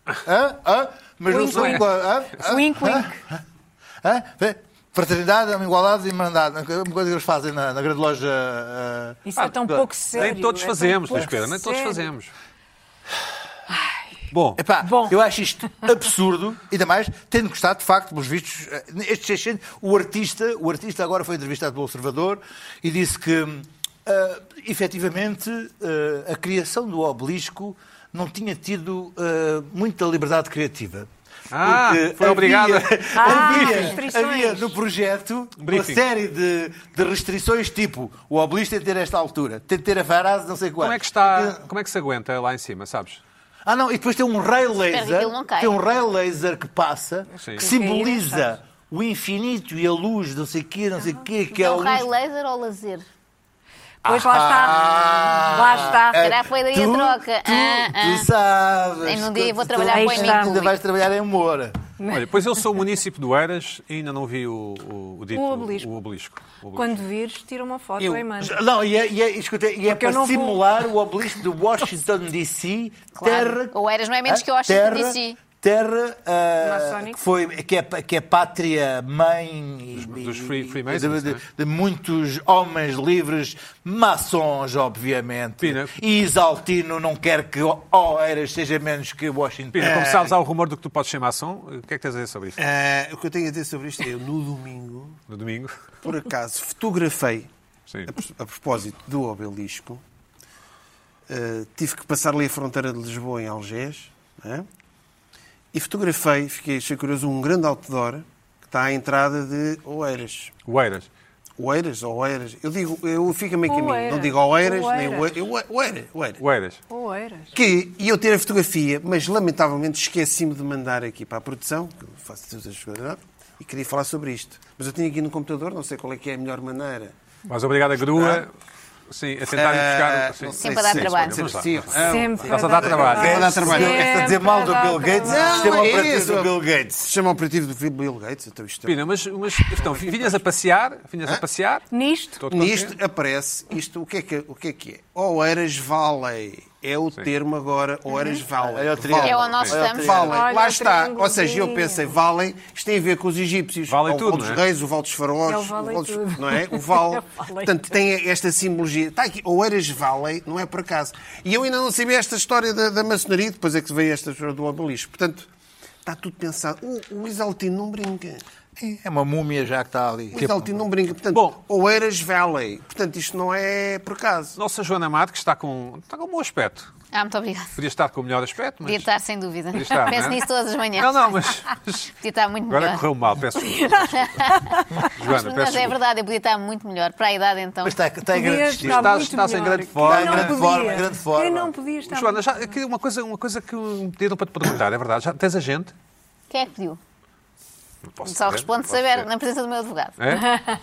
S4: Hã? Hã? mas não
S3: Wink,
S4: são
S3: wink.
S4: igual- hã? Hã?
S3: Wink,
S4: Hã?
S3: wink.
S4: Hã? Vê? Fraternidade, igualdade e irmandade, uma coisa que eles fazem na, na grande loja. ah,
S3: Isso é tão
S1: Ah,
S3: pouco sério.
S1: Nem todos
S3: é tão
S1: fazemos,
S3: pouco
S1: Luís Pedro, nem todos
S3: sério.
S1: fazemos. Bom,
S4: Epá,
S3: Bom.
S4: eu acho isto absurdo, ainda mais tendo gostado, de facto, pelos vistos, eh, estes 600, o artista, o artista agora foi entrevistado pelo Observador e disse que, ah, efetivamente, eh, ah, a criação do obelisco não tinha tido ah, muita eh, liberdade criativa.
S1: Ah,
S4: porque
S1: foi obrigada.
S3: Ah,
S4: Havia,
S3: restrições.
S4: havia no projeto uma
S1: Briefing.
S4: série de, de restrições, tipo o oblis tem de ter esta altura, tem de ter a varase, não sei quanto.
S1: Como é que está. Como é que se aguenta lá em cima, sabes?
S4: Ah, não, e depois tem um raio
S5: que
S4: laser.
S5: aquilo não caia.
S4: Tem um raio laser que passa,
S1: Sim.
S4: que
S1: Que
S3: é caia,
S4: simboliza o infinito e a luz, não sei o quê, não sei o quê, que é a
S1: um
S5: Então, raio
S4: luz.
S5: laser ou lazer?
S3: Pois lá
S4: Ah,
S3: está. Lá está.
S5: é- Será que foi daí a
S4: tu,
S5: troca?
S4: Tu,
S5: Ah, ah.
S4: tu sabes.
S5: Em um dia eu vou
S4: Tu-
S5: trabalhar
S3: com o
S4: ainda
S3: Henrique
S5: Rubio.
S4: vais trabalhar em Moura.
S1: Olha, pois eu sou o munícipe do Eiras e ainda não vi o, o, o dito,
S3: O obelisco.
S1: o obelisco. O obelisco.
S3: Quando vires, tira uma foto
S2: Eu-
S3: e manda.
S4: Não, e é, e é, escuta, e é
S3: Porque eu
S4: para
S3: não vou-
S4: simular o obelisco de Washington DC,
S5: Claro.
S4: terra.
S5: O Eiras não é menos
S4: Ah,
S5: que Washington
S4: terra-
S5: DC.
S4: Terra ah,
S3: Maçónica.
S4: que, foi, que, é, que é pátria mãe e-
S1: dos
S4: e-
S1: free-
S4: e-
S1: freemasons,
S4: de, de-
S1: não é?
S4: de muitos homens livres, maçons, obviamente.
S1: Pina.
S4: E Isaltino não quer que o o Eiras seja menos que Washington. É.
S1: Pina, como sabes, há o rumor do que tu podes chamar som. O que é que tens a dizer sobre isso?
S2: Ah, o que eu tenho a dizer sobre isto é eu, no domingo,
S1: No domingo?
S2: por acaso, fotografei
S1: Sim.
S2: a, pros- a propósito do obelisco. Ah, tive que passar ali a fronteira de Lisboa em Algés. né? E fotografei, fiquei, achei curioso, um grande outdoor que está à entrada de Oeiras.
S1: O Eiras.
S2: Oeiras ou Oeiras? Eu digo, eu fico a meio caminho. Não
S3: Oeiras.
S2: digo Oeiras, nem
S3: Oeiras.
S2: Oeiras. Oeiras, Oeiras.
S1: O Eiras.
S3: Oeiras.
S2: Que e eu tirei a fotografia, mas lamentavelmente esqueci-me de mandar aqui para a produção, que eu faço todas as coisas, e queria falar sobre isto. Mas eu tenho aqui no computador, não sei qual é que é a melhor maneira.
S1: Mas obrigado a grua. Sim, a
S2: Ah,
S1: tentar buscar.
S2: não
S1: Sim.
S2: sei
S3: É
S5: Sempre a dar
S2: se- tipo
S5: trabalho.
S2: se- se- se-
S3: Sempre.
S1: Estás a dar trabalho.
S2: Estás a dar trabalho.
S3: Sempre
S4: Queres é dizer mal do
S3: a dar
S4: Bill Gates?
S3: trabalho.
S4: Não, Sistema
S2: é
S4: operativo
S2: isso.
S4: do Bill Gates.
S2: Chama o operativo do Bill Gates. Então isto é-
S1: Pina, mas, mas então, vinhas a passear? Vinhas a passear?
S3: Nisto,
S1: Todo
S2: Nisto
S1: contente?
S2: aparece, isto, o que é que, o que, é, que é? Oeiras Valley. É o termo agora, Oeiras
S3: Uhum.
S2: Valley.
S4: Olha o triângulo.
S5: É onde nós
S2: Valley.
S5: estamos.
S2: Valley.
S3: Olha
S2: Lá
S3: o
S2: está. Ou
S3: triângulozinho.
S2: seja, eu pensei, Valley, isto tem a ver com os egípcios.
S1: Vale
S2: o,
S1: tudo,
S2: o dos
S1: não é?
S2: reis, o Val dos Faraós.
S3: É o vale
S2: Val dos-
S3: tudo.
S2: Não é? O Val.
S3: É o vale
S2: Portanto, tem esta simbologia. Está aqui, Oeiras Valley, não é por acaso. E eu ainda não sabia esta história da, da maçonaria, depois é que veio esta história do obelisco. Portanto, está tudo pensado. O, o Isaltino não brinca.
S4: É uma múmia já que está ali.
S2: Mas Altino não brinca. Portanto,
S1: Bom.
S2: Oeiras Valley. Portanto, isto não é por acaso.
S1: Nossa Joana Mato, que está com, está com um bom aspecto.
S5: Ah, muito obrigada.
S1: Podia estar com o melhor aspecto, mas.
S5: Podia estar, sem dúvida.
S1: Podia estar,
S5: Penso
S1: não é?
S5: nisso todas as manhãs.
S1: Não, não, mas. mas-
S5: Podia estar muito
S1: Agora
S5: melhor.
S1: correu mal, peço desculpa. peço desculpa. Joana, peço
S5: Mas é
S1: desculpa. tá-
S5: verdade, eu podia estar muito melhor. Para a idade, então.
S4: Mas está, está em grande
S3: podias
S4: estilo.
S3: estar
S1: Estás-
S3: muito
S1: estás em
S3: melhor.
S1: grande forma.
S3: Quem não
S4: Grande
S3: podia?
S4: forma, grande forma.
S3: Quem não podia estar
S1: Joana, já, aqui uma, coisa, uma coisa que me pediram para te perguntar, é verdade? Já tens a gente?
S5: Quem é que pediu?
S1: Não posso
S5: Só
S1: saber,
S5: respondo
S1: não posso
S5: saber
S1: dizer.
S5: na presença do meu advogado.
S1: É?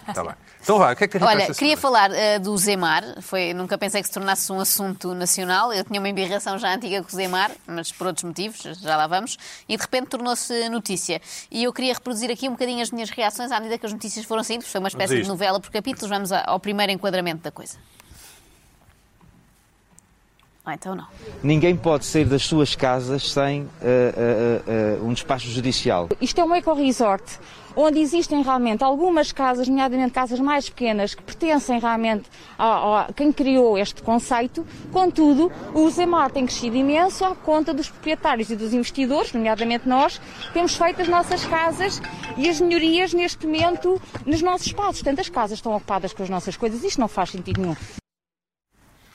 S1: Está bem. Então vai, o que é que
S5: Olha,
S1: esta
S5: queria
S1: semana?
S5: falar eh, do Zemar. Foi, nunca pensei que se tornasse um assunto nacional. Eu tinha uma embirração já antiga com o Zemar, mas por outros motivos, já lá vamos. E de repente tornou-se notícia. E eu queria reproduzir aqui um bocadinho as minhas reações à medida que as notícias foram saindo. Foi uma
S1: Vamos a
S5: espécie de
S1: isto.
S5: novela por capítulos. Vamos a- ao primeiro enquadramento da coisa. Ah, então não.
S6: Ninguém pode sair das suas casas sem eh, eh, eh, eh, um despacho judicial.
S7: Isto é um eco-resort, onde existem realmente algumas casas, nomeadamente casas mais pequenas, que pertencem realmente a, a quem criou este conceito. Contudo, o Zemar tem crescido imenso à conta dos proprietários e dos investidores, nomeadamente nós, que temos feito as nossas casas e as melhorias neste momento nos nossos espaços. Portanto, as casas estão ocupadas com as nossas coisas. Isto não faz sentido nenhum.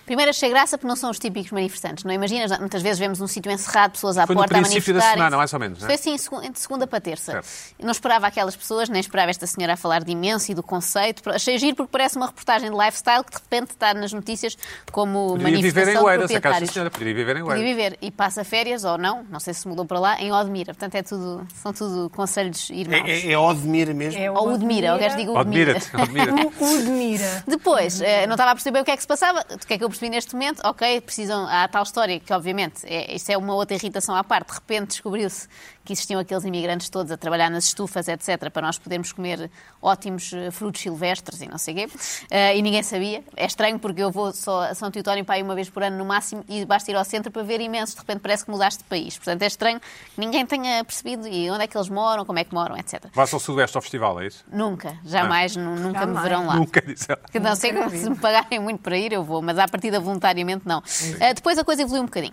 S5: Primeiro achei graça porque não são os típicos manifestantes, não imaginas? Muitas vezes vemos um sítio encerrado, pessoas à
S1: Foi no
S5: porta a
S1: princípio da
S5: manifestarem-se.
S1: semana, mais ou menos, não é?
S5: Foi assim, segu- entre segunda para terça. Não esperava aquelas pessoas, nem esperava esta senhora a falar de imenso e do conceito. Achei giro porque parece uma reportagem de lifestyle que de repente está nas notícias como
S1: Poderia
S5: manifestação
S1: viver em
S5: de
S1: Oeiras, a casa da
S5: proprietários.
S1: senhora. Poderia viver em
S5: Podia
S1: Oeiras.
S5: viver e passa férias ou não, não sei se mudou para lá, em Odmira. Portanto, é tudo, são tudo conselhos
S2: É,
S5: irmãos.
S2: é, é Odmir mesmo.
S3: É
S5: Ou Udmira, eu quero digo Udmira.
S1: Admira-te, admira-te.
S3: Udmira.
S5: Depois, eh, não estava a perceber o que é que se passava. O que é que eu percebi neste momento? Ok, precisam. Há a tal história que, obviamente, é, isso é uma outra irritação à parte. De repente descobriu-se que existiam aqueles imigrantes todos a trabalhar nas estufas, etc., para nós podermos comer ótimos eh, frutos silvestres e não sei o quê. Eh, e ninguém sabia. É estranho porque eu vou só a São Teutónio para aí uma vez por ano no máximo e basta ir ao centro para ver imensos. De repente parece que mudaste de país. Portanto, é estranho que ninguém tenha percebido e onde é que eles moram, como é que moram, etc.
S1: Vais ao Sudoeste ao festival, é isso?
S5: Nunca, jamais, nu- nunca me
S3: Jamais.
S5: verão lá.
S1: Nunca disse ela.
S5: Que não sei
S3: quero
S5: como
S3: ir.
S5: se me pagarem muito para ir, eu vou, mas à partida voluntariamente não. Ah, depois a coisa evoluiu um bocadinho.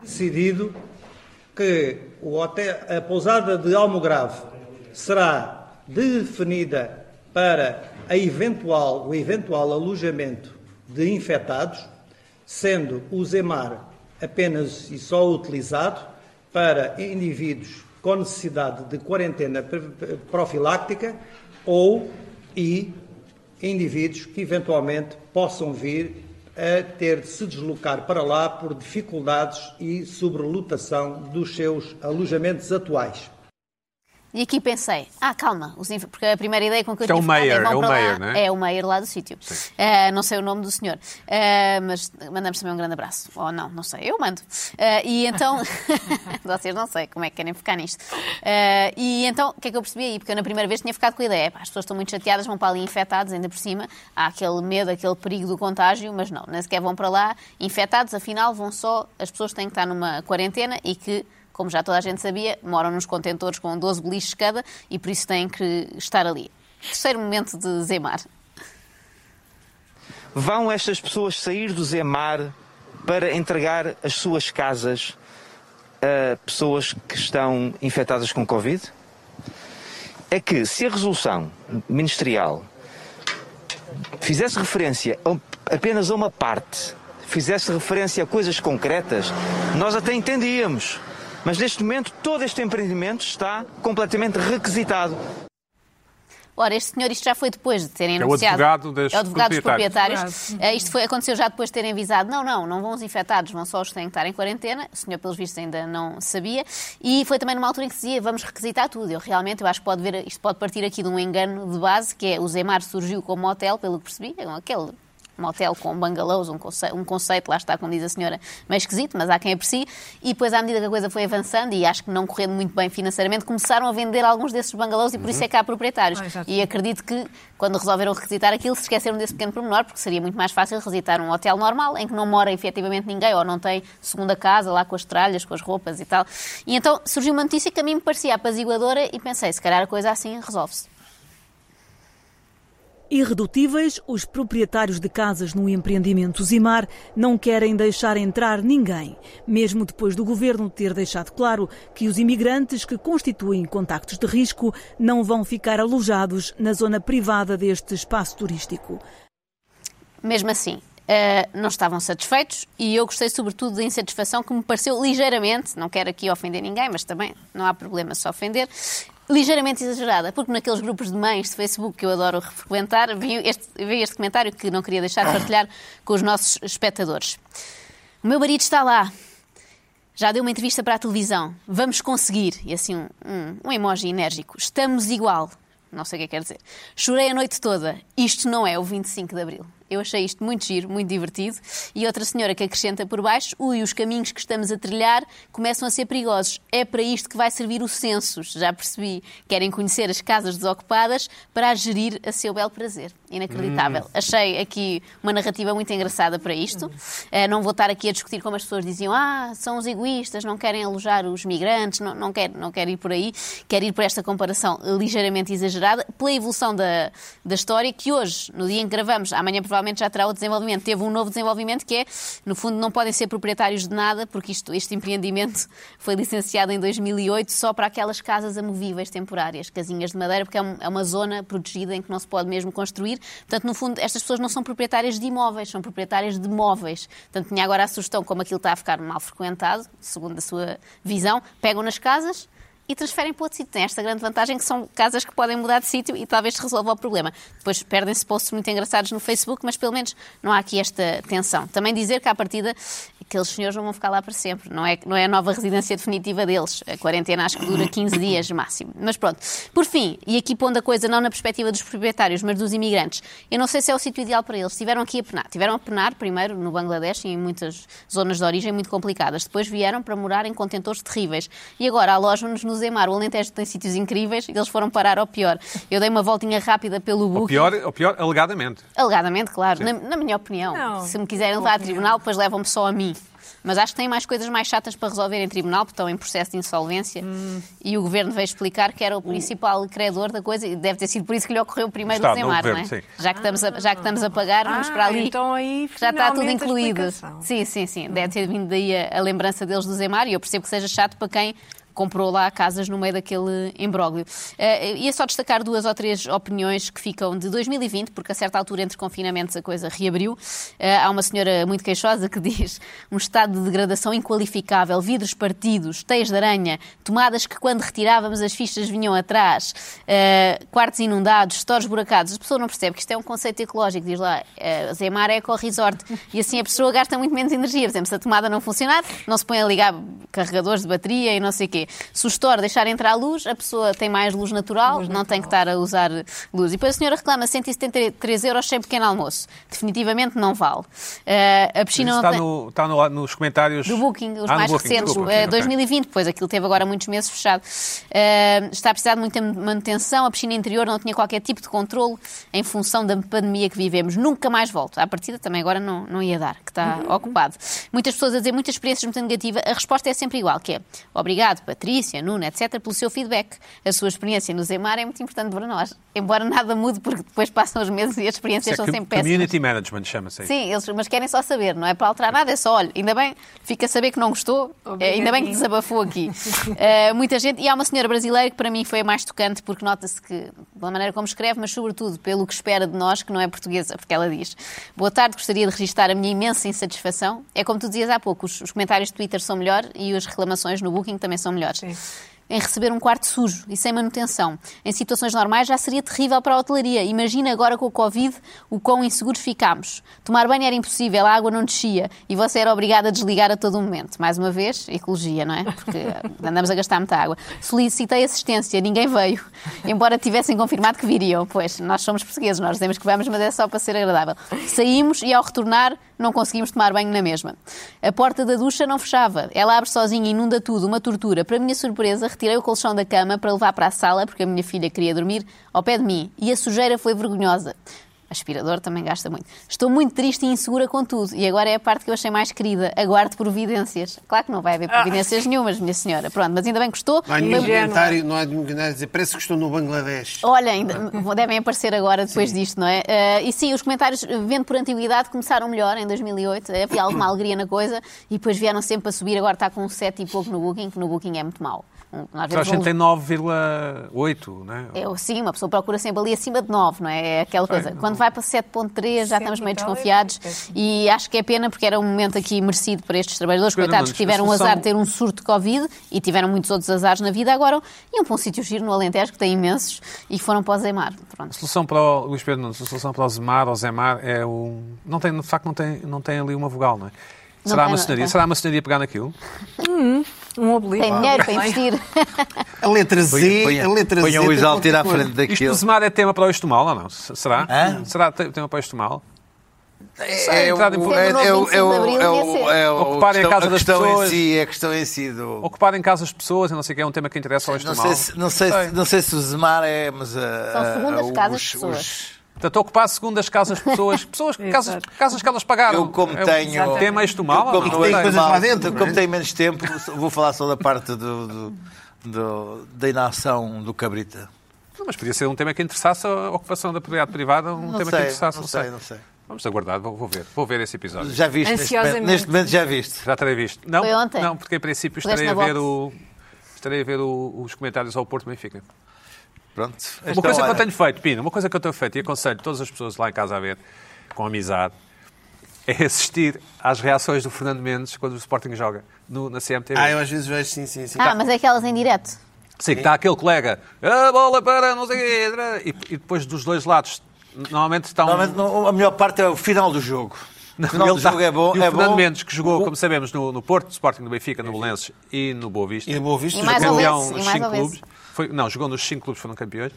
S8: decidido que o hotel- a pousada de Almograve será definida para a eventual- o eventual alojamento de infectados, sendo o Zemar apenas e só utilizado para indivíduos com necessidade de quarentena pre- profiláctica ou e indivíduos que eventualmente possam vir a ter de se deslocar para lá por dificuldades e sobrelotação dos seus alojamentos atuais.
S5: E aqui pensei, ah, calma, os inf- porque a primeira ideia com que eu
S1: Isto é
S5: tive
S1: o Meier,
S5: ontem, vão
S1: é o
S5: para lá-
S1: Meier, não é?
S5: É o Meier lá do sítio. Ah, não sei o nome do senhor, Ah, mas mandamos também um grande abraço. Ou não, não sei, eu mando. Ah, e então, vocês não sei como é que querem ficar nisto. Ah, e então, o que é que eu percebi aí? Porque eu na primeira vez tinha ficado com a ideia, pá, as pessoas estão muito chateadas, vão para ali infectados, ainda por cima, há aquele medo, aquele perigo do contágio, mas não, nem sequer vão para lá infectados, afinal vão só, as pessoas têm que estar numa quarentena e que como já toda a gente sabia, moram nos contentores com 12 beliches cada e por isso têm que estar ali. Terceiro momento de Zemar.
S6: Vão estas pessoas sair do Zemar para entregar as suas casas a pessoas que estão infectadas com Covid? É que se a resolução ministerial fizesse referência a- um, apenas a uma parte, fizesse referência a coisas concretas, nós até entendíamos. Mas neste momento todo este empreendimento está completamente requisitado.
S5: Ora, este senhor, isto já foi depois de terem
S1: Que é o
S5: anunciado.
S1: advogado das
S5: é o advogado dos
S1: proprietários.
S5: proprietários. Eh, isto foi, aconteceu já depois de terem avisado: não, não, não vão os infectados, vão só os que têm que estar em quarentena. O senhor, pelos vistos, ainda não sabia. E foi também numa altura em que se dizia: vamos requisitar tudo. Eu realmente eu acho que pode ver, isto pode partir aqui de um engano de base, que é o Zemar surgiu como hotel, pelo que percebi, é aquele um hotel com bungalows, um conceito, um conceito, lá está, como diz a senhora, meio esquisito, mas há quem aprecie. E depois, à medida que a coisa foi avançando, e acho que não correndo muito bem financeiramente, começaram a vender alguns desses bungalows e por isso é que há proprietários.
S3: Ah, exato.
S5: e acredito que, quando resolveram requisitar aquilo, se esqueceram desse pequeno pormenor, porque seria muito mais fácil requisitar um hotel normal, em que não mora efetivamente ninguém, ou não tem segunda casa, lá com as tralhas, com as roupas e tal. E então surgiu uma notícia que a mim me parecia apaziguadora e pensei, se calhar a coisa assim resolve-se.
S9: Irredutíveis, os proprietários de casas no empreendimento Zimar não querem deixar entrar ninguém, mesmo depois do governo ter deixado claro que os imigrantes que constituem contactos de risco não vão ficar alojados na zona privada deste espaço turístico.
S5: Mesmo assim, eh, não estavam satisfeitos e eu gostei sobretudo da insatisfação que me pareceu ligeiramente, não quero aqui ofender ninguém, mas também não há problema se ofender, ligeiramente exagerada, porque naqueles grupos de mães de Facebook que eu adoro frequentar, vi este, vi este comentário que não queria deixar de partilhar com os nossos espectadores. O meu marido está lá, já deu uma entrevista para a televisão. Vamos conseguir. E assim, um, um, um emoji enérgico. Estamos igual. Não sei o que é que quer dizer. Chorei a noite toda. Isto não é o 25 de Abril. Eu achei isto muito giro, muito divertido. E outra senhora que acrescenta por baixo: ui, os caminhos que estamos a trilhar começam a ser perigosos. É para isto que vai servir o census. Já percebi. Querem conhecer as casas desocupadas para as gerir a seu belo prazer. Inacreditável. Achei aqui uma narrativa muito engraçada para isto. Eh, não vou estar aqui a discutir como as pessoas diziam: ah, são os egoístas, não querem alojar os migrantes, não, não, quero, não quero ir por aí. Quero ir por esta comparação ligeiramente exagerada, pela evolução da, da história, que hoje, no dia em que gravamos, amanhã provavelmente já terá outro desenvolvimento. Teve um novo desenvolvimento que é, no fundo, não podem ser proprietários de nada, porque isto, este empreendimento foi licenciado em 2008 só para aquelas casas amovíveis temporárias, casinhas de madeira, porque é, um- é uma zona protegida em que não se pode mesmo construir. Portanto, no fundo, estas pessoas não são proprietárias de imóveis, são proprietárias de móveis. Portanto, tinha agora a sugestão, como aquilo está a ficar mal frequentado, segundo a sua visão, pegam nas casas e transferem para outro sítio. Tem esta grande vantagem que são casas que podem mudar de sítio e talvez resolva o problema. Depois perdem-se posts muito engraçados no Facebook, mas pelo menos não há aqui esta tensão. Também dizer que à partida aqueles senhores não vão ficar lá para sempre. Não é, não é a nova residência definitiva deles. A quarentena acho que dura 15 dias máximo. Mas pronto. Por fim, e aqui pondo a coisa não na perspectiva dos proprietários, mas dos imigrantes, eu não sei se é o sítio ideal para eles. Tiveram aqui a penar. Tiveram a penar primeiro no Bangladesh e em muitas zonas de origem muito complicadas. Depois vieram para morar em contentores terríveis. E agora alojam-nos no Zemar. O Alentejo tem sítios incríveis e eles foram parar ao pior. Eu dei uma voltinha rápida pelo
S1: Ou
S5: book.
S1: pior, ou pior, alegadamente.
S5: Alegadamente, claro. Na, na minha opinião.
S3: Não,
S5: se me quiserem levar a tribunal, depois levam-me só a mim. Mas acho que têm mais coisas mais chatas para resolver em tribunal, porque estão em processo de insolvência.
S3: Hum.
S5: E o governo veio explicar que era o principal credor da coisa e deve ter sido por isso que lhe ocorreu primeiro
S1: Está,
S5: o
S1: no
S5: desemar, não é?
S1: governo, sim.
S5: Já, que estamos a, já que estamos a pagar, vamos
S3: Ah,
S5: para ali.
S3: então aí
S5: já está tudo
S3: finalmente a
S5: incluído.
S3: explicação.
S5: Sim, sim, sim. Deve ter vindo daí a, a lembrança deles do Zemar e eu percebo que seja chato para quem comprou lá casas no meio daquele imbróglio. Eh, ia só destacar duas ou três opiniões que ficam de 2020, porque a certa altura, entre confinamentos, a coisa reabriu. Eh, há uma senhora muito queixosa que diz um estado de degradação inqualificável, vidros partidos, teias de aranha, tomadas que quando retirávamos as fichas vinham atrás, eh, quartos inundados, stores buracados. A pessoa não percebe que isto é um conceito ecológico, diz lá, eh, Zemar Eco Resort. E assim a pessoa gasta muito menos energia. Por exemplo, se a tomada não funcionar, não se põe a ligar carregadores de bateria e não sei o quê. Se o store deixar entrar luz, a pessoa tem mais luz natural, não tem que estar a usar luz. E depois a senhora reclama 173 euros sem pequeno almoço. Definitivamente não vale. Eh, a piscina
S1: Isso
S5: não
S1: está
S5: tem-
S1: no, está no- nos comentários.
S5: do Booking, os
S1: Ah, no
S5: mais
S1: Booking,
S5: recentes,
S1: desculpa,
S5: eh,
S1: ok.
S5: 2020, pois aquilo teve agora muitos meses fechado. Eh, está a precisar de muita manutenção, a piscina interior não tinha qualquer tipo de controle em função da pandemia que vivemos. Nunca mais volto. À partida também agora não, não ia dar, que está
S1: Uhum.
S5: ocupado. Muitas pessoas a dizer muitas experiências muito negativas, a resposta é sempre igual, que é obrigado, Patrícia, Nuno, etc., pelo seu feedback. A sua experiência no Zemar é muito importante para nós, embora nada mude, porque depois passam os meses e as
S1: Isso
S5: experiências
S1: é
S5: são
S1: que
S5: sempre péssimas.
S1: community management chama-se. aí.
S5: Sim, eles, mas querem só saber, não é para alterar nada, é só, olha, ainda bem, fica a saber que não gostou, eh, ainda bem que desabafou aqui. Eh, muita gente, e há uma senhora brasileira que para mim foi a mais tocante, porque nota-se que, pela maneira como escreve, mas sobretudo pelo que espera de nós, que não é portuguesa, porque ela diz: Boa tarde, gostaria de registrar a minha imensa insatisfação. É como tu dizias há pouco, os, os comentários de Twitter são melhor e as reclamações no Booking também são melhores em receber um quarto sujo e sem manutenção. Em situações normais já seria terrível para a hotelaria. Imagina agora com o Covid o quão inseguros ficámos. Tomar banho era impossível, a água não descia e você era obrigada a desligar a todo momento. Mais uma vez, ecologia, não é? Porque andamos a gastar muita água. Solicitei assistência, ninguém veio. Embora tivessem confirmado que viriam. Pois, nós somos portugueses, nós dizemos que vamos, mas é só para ser agradável. Saímos e ao retornar não conseguimos tomar banho na mesma. A porta da ducha não fechava. Ela abre sozinha e inunda tudo, uma tortura. Para minha surpresa, retirei o colchão da cama para levar para a sala, porque a minha filha queria dormir ao pé de mim. E a sujeira foi vergonhosa. Aspirador também gasta muito. Estou muito triste e insegura com tudo. E agora é a parte que eu achei mais querida. Aguardo providências. Claro que não vai haver providências nenhumas, minha senhora. Pronto, mas ainda bem que gostou.
S2: Não há nenhum
S5: Foi-
S2: comentário, não há nenhum comentário a dizer, parece que estou no Bangladesh.
S5: Olha, ainda
S1: é?
S5: devem aparecer agora depois disto, não é? Eh, e sim, os comentários, eh, vendo por antiguidade, começaram melhor em 2008. eh, Havia alguma alegria na coisa e depois vieram sempre a subir. Agora está com um 7 e pouco no Booking, que no Booking é muito mau. Um- Nós
S1: Toda a
S5: vemos um-
S1: gente tem 9,8, né?
S5: é, sim, uma pessoa procura sempre ali acima de 9, não é? É aquela coisa. Quando vai para 7.3 já
S3: Sete
S5: estamos
S3: e
S5: meio
S3: tal,
S5: desconfiados
S3: é péssimo.
S5: e acho que é pena porque era um momento aqui merecido para estes trabalhadores,
S1: Pedro
S5: coitados, que
S1: Nunes,
S5: tiveram
S1: a
S5: o azar
S1: solução-
S5: de ter um surto de Covid e tiveram muitos outros azares na vida agora. Iam para um sítio giro no Alentejo, que tem imensos, e foram para o Zemar. Pronto.
S1: A solução para o Luís Pedro Nunes, a solução para o Zemar ou Zemar é o. Não tem, de facto, não tem, não tem ali uma vogal, não é? Será a
S5: tem,
S1: maçonaria?
S5: não.
S1: Será a maçonaria pegar naquilo?
S3: Um oblíquo.
S5: Tem dinheiro para investir.
S2: A letra Z, a letra Z.
S4: Ponham o
S2: tem
S4: Isaltir à
S2: qualquer
S4: frente
S1: Isto do
S4: daquilo.
S1: Zemar é tema para o Estomal ou não? S- Será?
S4: Hã?
S1: Será te- tema para o Estomal?
S4: É, é, o-
S1: entrada em
S4: é,
S5: Tendo
S4: é, o-
S5: novo 25 de
S4: é, o-
S5: Abril,
S4: é,
S5: ia ser.
S4: o- é o-
S1: Ocuparem a
S4: questão-
S1: casa das
S4: questão
S1: pessoas.
S4: em si, é a questão em si do...
S1: Ocupar em casa as pessoas, eu não sei o que, é um tema que interessa ao
S4: Não
S1: Estomal.
S4: sei, se, não, sei se, não sei se o Zemar é, mas... eh,
S5: São segundas casas de pessoas.
S1: Portanto, ocupar segundo as casas de pessoas, pessoas casas, casas que elas pagaram.
S4: Eu como
S1: É o-
S4: tenho...
S1: O tema é
S4: eu
S1: Estomal ou
S4: como
S1: não?
S4: não
S2: tem
S4: é
S2: coisas
S4: mal,
S2: lá dentro,
S4: eu
S2: não é?
S4: Como tenho menos tempo, vou falar só da parte do, do- do- da inação do Cabrita.
S1: Não, Mas podia ser um tema que interessasse a ocupação da propriedade privada, um
S4: Não
S1: tema que
S4: sei,
S1: interessasse.
S4: não sei, não sei.
S1: Vamos aguardar, vou, vou ver. Vou ver esse episódio.
S4: Já viste neste momento,
S3: Ansiosamente.
S4: neste momento já viste.
S1: Já terei visto. Não,
S5: Foi ontem?
S1: Não, porque em princípio
S5: Puseste
S1: estarei a,
S5: na
S1: ver o, estarei a ver o- os comentários ao Porto Benfica.
S4: Pronto. é
S1: Uma coisa que eu tenho feito, Pina, uma coisa que eu tenho feito e aconselho todas as pessoas lá em casa a ver, com amizade, é assistir às reações do Fernando Mendes quando o Sporting joga no- na CMTV.
S4: é
S2: Ah, eu às vezes vejo, sim, sim, sim.
S5: Ah, mas é aquelas em direto.
S1: Sim, que está aquele colega, a bola para não sei o quê, e, e depois dos dois lados, normalmente está um...
S4: Normalmente não- a melhor parte é o final do jogo. O final
S1: ele
S4: do
S1: está-
S4: jogo é bom.
S1: E o
S4: é
S1: Fernando
S4: bom.
S1: Mendes, que jogou, como sabemos, no, no Porto, Sporting do Benfica, no Belenenses e no Boa Vista.
S4: é
S2: E no Boa Vista,
S5: E mais ou
S1: campeão
S5: menos, e
S1: nos
S5: mais
S1: cinco
S5: ou menos.
S1: clubes. Foi, não, jogou nos cinco clubes, foram campeões.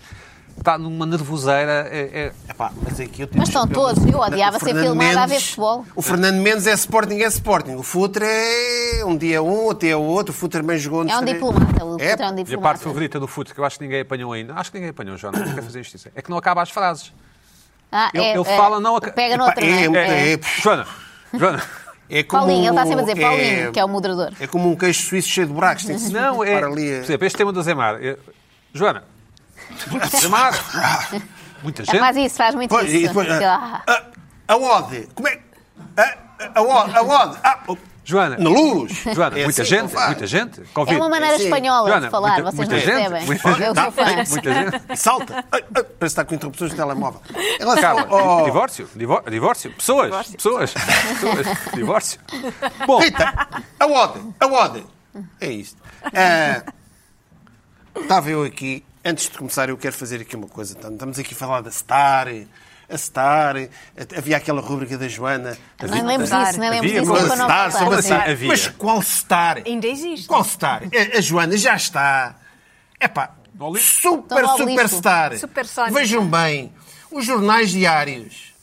S1: Está numa nervoseira. É, é-
S2: Epá, mas aqui eu tenho
S5: Mas estão
S2: que-
S5: todos, eu odiava
S2: O
S5: ser
S2: Fernando
S5: filmada a ver
S2: Mendes-
S5: futebol.
S2: O Fernando Mendes é Sporting, é Sporting. O Futre é um dia é um, outro dia é o outro. O Futre também jogou no
S5: É um diplomata, o
S2: É,
S5: Pedro é um
S1: E a parte
S5: diplomata.
S1: favorita do futebol, que eu acho que ninguém apanhou ainda, acho que ninguém apanhou, João, não quero fazer justiça, é que não acaba as frases.
S5: Ah,
S1: Ele,
S5: é,
S1: ele
S5: é,
S1: fala, não. aca-
S5: Pega
S2: Epá,
S5: noutra,
S2: é,
S5: não é?
S2: é,
S5: É.
S1: Joana, Joana.
S2: É como,
S5: Paulinho, ele está sempre a dizer
S2: é-
S5: Paulinho, que é o moderador.
S2: É como um queijo suíço cheio de buracos. Tem que se
S1: Não, é.
S2: para ali.
S1: Por exemplo, este tema do Zemar. eu- Joana. Zemar. Muita gente.
S5: Faz isso, faz muito
S2: Pois,
S5: isso. Ah.
S2: e depois,
S5: Sei lá.
S2: ah, ah, a Ode, como é? Ah, A, a, Ode, a Ode. Ah,
S1: Joana.
S2: Na luz!
S1: Joana,
S2: É
S1: muita
S2: assim,
S1: gente,
S2: não vai.
S1: muita gente.
S5: É
S1: Covid.
S5: uma maneira
S2: Sim.
S5: espanhola
S1: Joana,
S5: de falar,
S1: muita,
S5: vocês
S1: muita
S5: não
S1: gente,
S5: percebem.
S1: muita gente.
S5: Eu sou fã.
S1: Muita gente.
S2: E salta! Ai, ai, Parece que está com interrupções de telemóvel. Em relação
S1: Carla,
S2: ao-
S1: di- divórcio, divor- divórcio, pessoas, pessoas, pessoas, divórcio. Bom,
S2: Eita, Tá. a ordem, a ordem. É isto. Ah, Estava eu aqui, antes de começar, eu quero fazer aqui uma coisa. Então, Estamos aqui a falar da Star, a Star, a- havia aquela rúbrica da Joana.
S5: Nem lembro disso, nem lembro
S1: Havia
S5: disso.
S1: como
S5: desculpa, não
S1: estar,
S5: voltar.
S1: sobre
S5: Sim.
S1: assim, havia.
S2: Mas qual Star?
S3: Ainda existe.
S2: Qual Star? A, a Joana já está. Epá,
S1: No Olimpo.
S2: super,
S5: Estão ao
S2: super
S5: lixo.
S2: Star.
S3: Supersónica.
S2: Vejam bem, os jornais diários.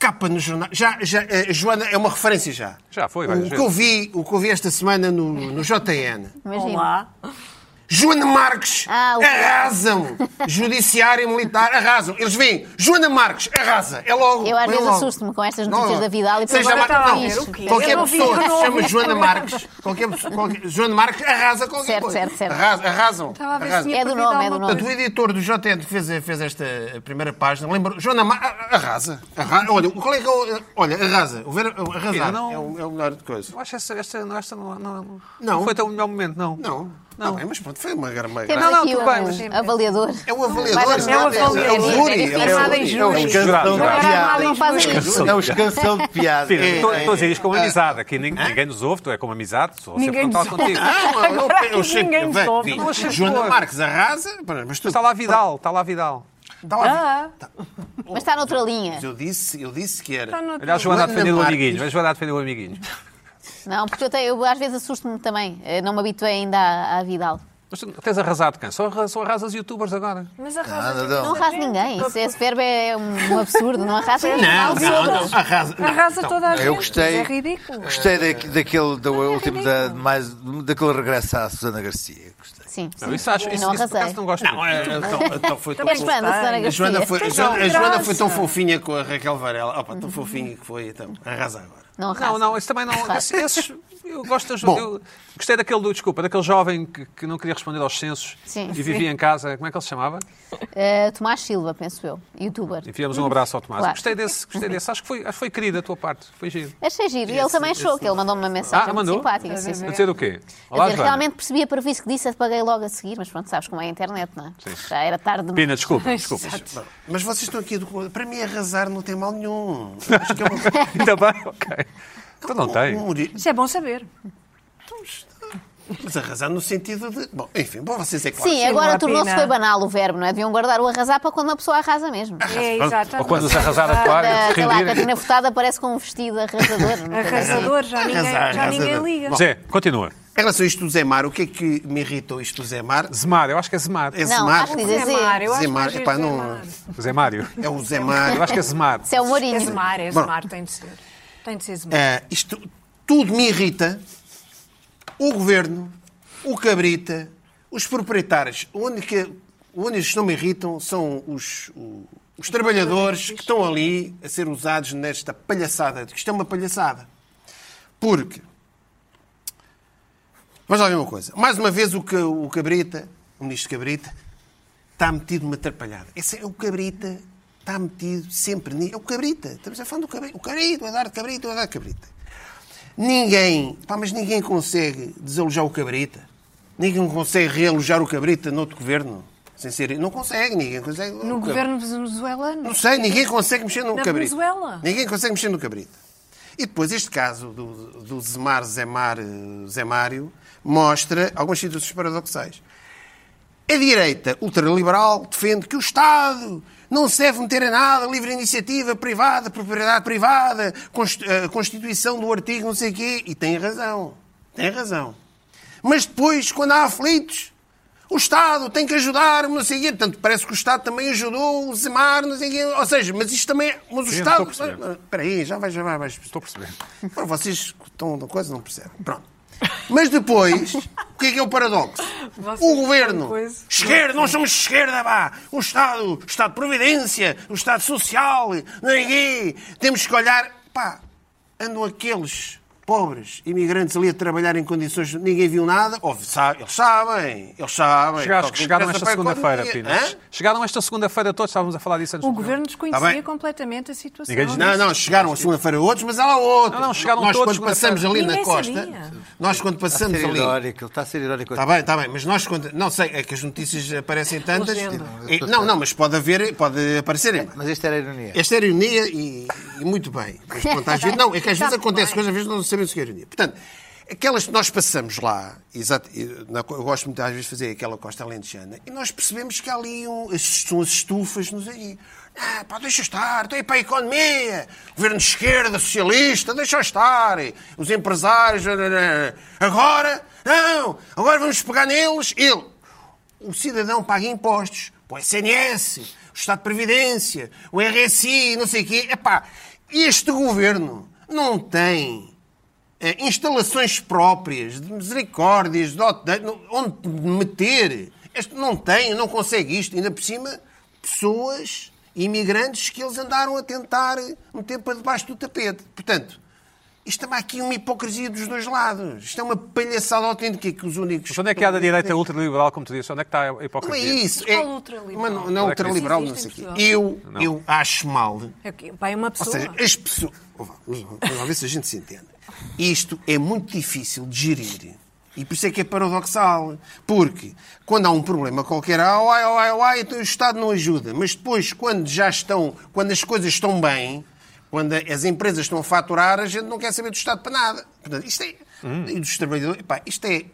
S2: Capa nos jornais. Já, já, a Joana é uma referência já.
S1: Já foi várias
S2: o que,
S1: vezes.
S2: eu vi, o que eu vi esta semana no, no JN.
S5: Imagina.
S3: Olá.
S2: Joana Marques
S5: Ah, o-
S2: arrasam. Judiciário e militar arrasam. Eles vêm. Joana Marques arrasa. É logo.
S5: Eu às
S2: é
S5: vezes
S2: logo.
S5: assusto-me com estas
S2: Não,
S5: notícias
S2: não.
S5: da Vidal e por
S2: Seja
S5: agora
S2: Mar-
S5: estava a
S2: não,
S5: ver o quê?
S2: Qualquer
S3: tá Eu não vi,
S2: pessoa
S3: eu
S2: que
S3: não
S2: se chama
S3: vi.
S2: Joana Marques. Qualquer, pessoa- qualquer- Joana Marques arrasa qualquer
S5: Certo,
S2: coisa.
S5: certo, certo.
S2: Arrasa- arrasam.
S3: Estava a ver se
S2: arrasam.
S3: tinha
S5: É do
S3: perdido
S5: nome, é do
S3: alguma
S5: nome.
S2: Portanto, o editor do JN que fez, fez esta primeira página, lembra, Joana Mar... arrasa. arrasa. Olha, qual é que é o... Olha, arrasa. O ver... Arrasar
S1: Eu não-
S2: é, o, é o melhor de coisa.
S1: Eu acho esta, esta, não- esta não, não, não,
S2: Não.
S1: foi até o melhor momento, não.
S2: Não.
S1: Não.
S2: Não, bem, mas pronto, foi uma grama.
S5: Temos
S1: Não, não,
S5: aqui
S1: tudo bem, mas-
S5: um avaliador.
S2: É o avaliador.
S5: Vai dar-
S3: É o avaliador.
S2: É o júri.
S5: É firmado em
S2: É o
S3: júri.
S2: júri.
S1: Jurado,
S5: Agora
S1: jurado.
S5: mal não fazem isto.
S4: É o escansão de piada.
S1: Filho,
S4: É,
S1: estou
S4: é,
S1: estou a dizer isto como
S2: Ah.
S1: amizade. Aqui ninguém, ninguém nos ouve, tu é como amizade, sou sempre
S3: Ninguém
S1: frontal
S3: nos
S1: contigo.
S2: Ah, eu-
S3: Agora
S2: eu sei que
S3: ninguém
S2: vem.
S3: soube.
S2: Vem.
S1: Não achei
S2: Joana
S1: flor.
S2: Marques arrasa, pera, mas tu
S1: Está lá Vidal, está lá Vidal.
S2: Tá lá.
S5: Mas está noutra linha.
S2: Eu disse, eu disse que era.
S3: Está no-
S1: Olha a Joana a defender o
S2: Marques.
S1: amiguinho, a Joana a defender o amiguinho.
S5: Não, porque eu, tenho- eu às vezes assusto-me também. Eh, Não me habituei ainda à, à Vidal.
S1: Mas tu tens arrasado quem? Só, arra- só arrasas youtubers agora.
S3: Mas arrasa.
S4: não.
S5: Não arraso ninguém. Isso- Esse verbo é um, um absurdo. Não arraso ninguém.
S2: Não, não, não. Arrasa. não.
S3: Arrasa toda a gente.
S4: Eu gostei,
S3: É ridículo. é
S4: gostei da, daquele, do último, da, mais, um- daquele regresso à Susana Garcia. Gostei.
S5: Sim, sim.
S1: Não, isso acho, isso,
S5: não
S1: isso por
S5: arrasei.
S1: acaso não gosto
S2: Não,
S1: muito.
S2: é, então, então foi tão
S5: És fã da Susana
S2: A
S5: Garcia?
S2: Joana, foi, a
S3: Tens
S2: Joana, a Joana
S3: graça.
S2: foi tão fofinha com a Raquel Varela. Opa, tão fofinha que foi, então. Arrasa agora.
S5: Não arraso.
S1: é- Não, não, esse também não. Esse, esses- eu gosto das- eu gostei daquele do, desculpa, daquele jovem que, que não queria responder aos censos
S5: Sim.
S1: e vivia em casa. Como é que ele se chamava?
S5: Eh, Tomás Silva, penso eu. Youtuber.
S1: Enviamos um abraço ao Tomás.
S5: Hum, Claro.
S1: Gostei desse, gostei desse. Acho que foi, acho que foi querido a tua parte. Foi giro.
S5: Achei giro. E ele também achou que ele mandou-me uma mensagem
S1: Ah,
S5: muito
S1: mandou?
S5: simpática. Sim, sim.
S1: A dizer o quê?
S5: Quer
S1: Olá,
S5: dizer,
S1: Joana.
S5: realmente percebi É. a previsto que disse, apaguei logo a seguir, mas pronto, sabes como é a internet, não é? Já era tarde.
S1: Pina, desculpa, desculpa.
S2: Bom, Mas vocês estão aqui a documentar. Para mim, arrasar não tem mal nenhum.
S1: Ainda bem, ok. Então não tem.
S2: Humori-
S3: Isso é bom saber.
S2: Mas arrasar no sentido de. Bom, enfim, bom, vocês é claro.
S5: Sim,
S3: lá,
S5: agora tornou-se
S3: Pina.
S5: foi banal o verbo, não é? Deviam guardar o arrasar para quando uma pessoa arrasa mesmo.
S3: É, exatamente.
S1: Ou quando os arrasar a toalha,
S5: Ah,
S1: se
S5: sei lá, a
S1: rendirem.
S5: Catarina Furtado aparece com um vestido arrasador. não sei.
S3: Arrasador, já ninguém,
S2: Arrasar,
S3: já ninguém
S2: arrasador.
S3: liga.
S1: Zé, continua.
S2: Em relação a isto do Zé Mar, o que é que me irritou isto do Zé Mar?
S1: Zemar, eu acho que é Zemar.
S2: É
S5: Não,
S2: Zemar.
S5: acho que dizer
S3: Zé Mar, eu acho
S2: Zé Mar,
S3: que é
S2: epá,
S3: Zé
S2: não-
S3: Mar.
S1: Zé Mário.
S2: É o Zé Mar.
S1: Eu acho que é Zemar.
S5: Isso é o
S3: É
S5: Mourinho.
S3: Zemar, é
S2: Bom.
S3: Zemar, tem de ser. Tem de ser Zemar.
S2: Ah, isto tudo me irrita. O governo, o Cabrita, os proprietários. O único, o único que não me irritam são os, o- os trabalhadores que estão ali a ser usados nesta palhaçada. que Isto é uma palhaçada. Porque. Mas olha uma coisa. Mais uma vez, o, Ca- o Cabrita, o ministro Cabrita, está metido numa atrapalhada. Esse é o Cabrita, está metido sempre. ni- É o Cabrita. Estamos a falar do Cabrita. O Cabrita, o Eduardo Cabrita, o Eduardo Cabrita. Ninguém, pá, mas ninguém consegue desalojar o Cabrita. Ninguém consegue realojar o Cabrita noutro governo. Sem ser. Não consegue, ninguém consegue.
S3: No
S2: O Cabrita-
S3: governo venezuelano.
S2: não sei, ninguém consegue mexer no
S3: Na
S2: cabrito.
S3: Venezuela.
S2: Ninguém consegue mexer no cabrito. E depois este caso do, do Zemar, Zemar, eh, Zé Mário, mostra algumas situações paradoxais. A direita ultraliberal defende que o Estado não se deve meter em nada, livre iniciativa privada, propriedade privada, const- eh, constituição do artigo não sei quê, e tem razão. Tem razão. Mas depois, quando há aflitos, o Estado tem que ajudar, não sei o quê. Portanto, parece que o Estado também ajudou o Zemar, não sei o quê. Ou seja, mas isto também... é- Mas o
S1: Sim,
S2: Estado...
S1: estou a perceber.
S2: Espera aí, já vais, já vais, vais.
S1: Estou a perceber.
S2: Para vocês que estão na coisa não percebem. Pronto. Mas depois, o que é que é o paradoxo?
S3: Vocês
S2: o governo.
S3: são coisa.
S2: Esquerda, nós somos de esquerda, vá. O Estado, o Estado de Providência, o Estado Social, ninguém. Temos que olhar. Pá, andam aqueles pobres imigrantes ali a trabalhar em condições ninguém viu nada. Ou, sabe, eles sabem, eles sabem.
S1: Chegaram,
S2: Só que
S1: chegaram
S2: interessa
S1: esta
S2: para a
S1: segunda-feira,
S2: economia.
S1: Pinas.
S2: Hã?
S1: Chegaram esta segunda-feira todos, estávamos a falar disso antes
S3: O
S1: do
S3: Um governo
S2: Está
S3: desconhecia
S2: bem.
S3: completamente a situação.
S1: Ninguém diz
S2: Não, não, chegaram a segunda-feira outros, mas há lá outros.
S1: Não, não, chegaram
S2: nós
S1: todos
S2: quando passamos ali na
S3: Ninguém
S2: costa,
S3: sabia.
S2: nós quando
S4: Está a
S2: passamos
S4: ser
S2: ali.
S4: irónico, ele está a ser irónico.
S2: Está Tá bem, está bem, mas nós quando. Não sei, é que as notícias aparecem tantas.
S3: Legenda.
S2: E- Não, não, mas pode haver, pode aparecer.
S4: Mas esta era a ironia.
S2: Esta É. era ironia e, e muito bem. Mas, pronto, às vezes- não, é que às vezes acontece coisas, às vezes não sabemos o que é ironia. Portanto, aquelas que nós passamos lá, exato, e na co- eu gosto muito às vezes de fazer aquela costa alentejana, e nós percebemos que há ali um, esses- são as estufas, nos aí. Ah, pá, deixa estar, estou aí para a economia, governo de esquerda, socialista, deixa estar, os empresários, ah, ah, ah. agora, não, agora vamos pegar neles, ele, o cidadão paga impostos para o SNS, o Estado de Previdência, o RSI, não sei o quê. Epá, este governo não tem eh, instalações próprias de misericórdias, de hotéis, não- onde meter. Este não tem, não consegue isto. Ainda por cima, pessoas, imigrantes que eles andaram a tentar meter para debaixo do tapete. Portanto, isto também há aqui uma hipocrisia dos dois lados. Isto é uma palhaçada autêntica que os únicos...
S1: Mas onde é que há da direita ultraliberal, como tu disse? Onde é que está a
S2: Não é
S1: hipocrisia?
S2: isso.
S3: Mas
S2: É,
S3: qual ultraliberal?
S2: mas não, não é
S1: que
S2: ultraliberal,
S3: isso
S2: não sei o
S3: existe
S2: quê.
S3: em
S2: Eu, eu acho mal.
S3: É que- Vai uma
S2: Ou
S3: pessoa.
S2: seja, as pessoas. Oh, vá, Vamos lá- vamos lá ver se a gente se entende. Isto é muito difícil de gerir. E por isso é que é paradoxal. Porque quando há um problema qualquer, ah, ai, ai, ai, então o Estado não ajuda. Mas depois, quando já estão, quando as coisas estão bem, quando as empresas estão a faturar, a gente não quer saber do Estado para nada. Portanto, isto é. E dos trabalhadores. Epá, isto é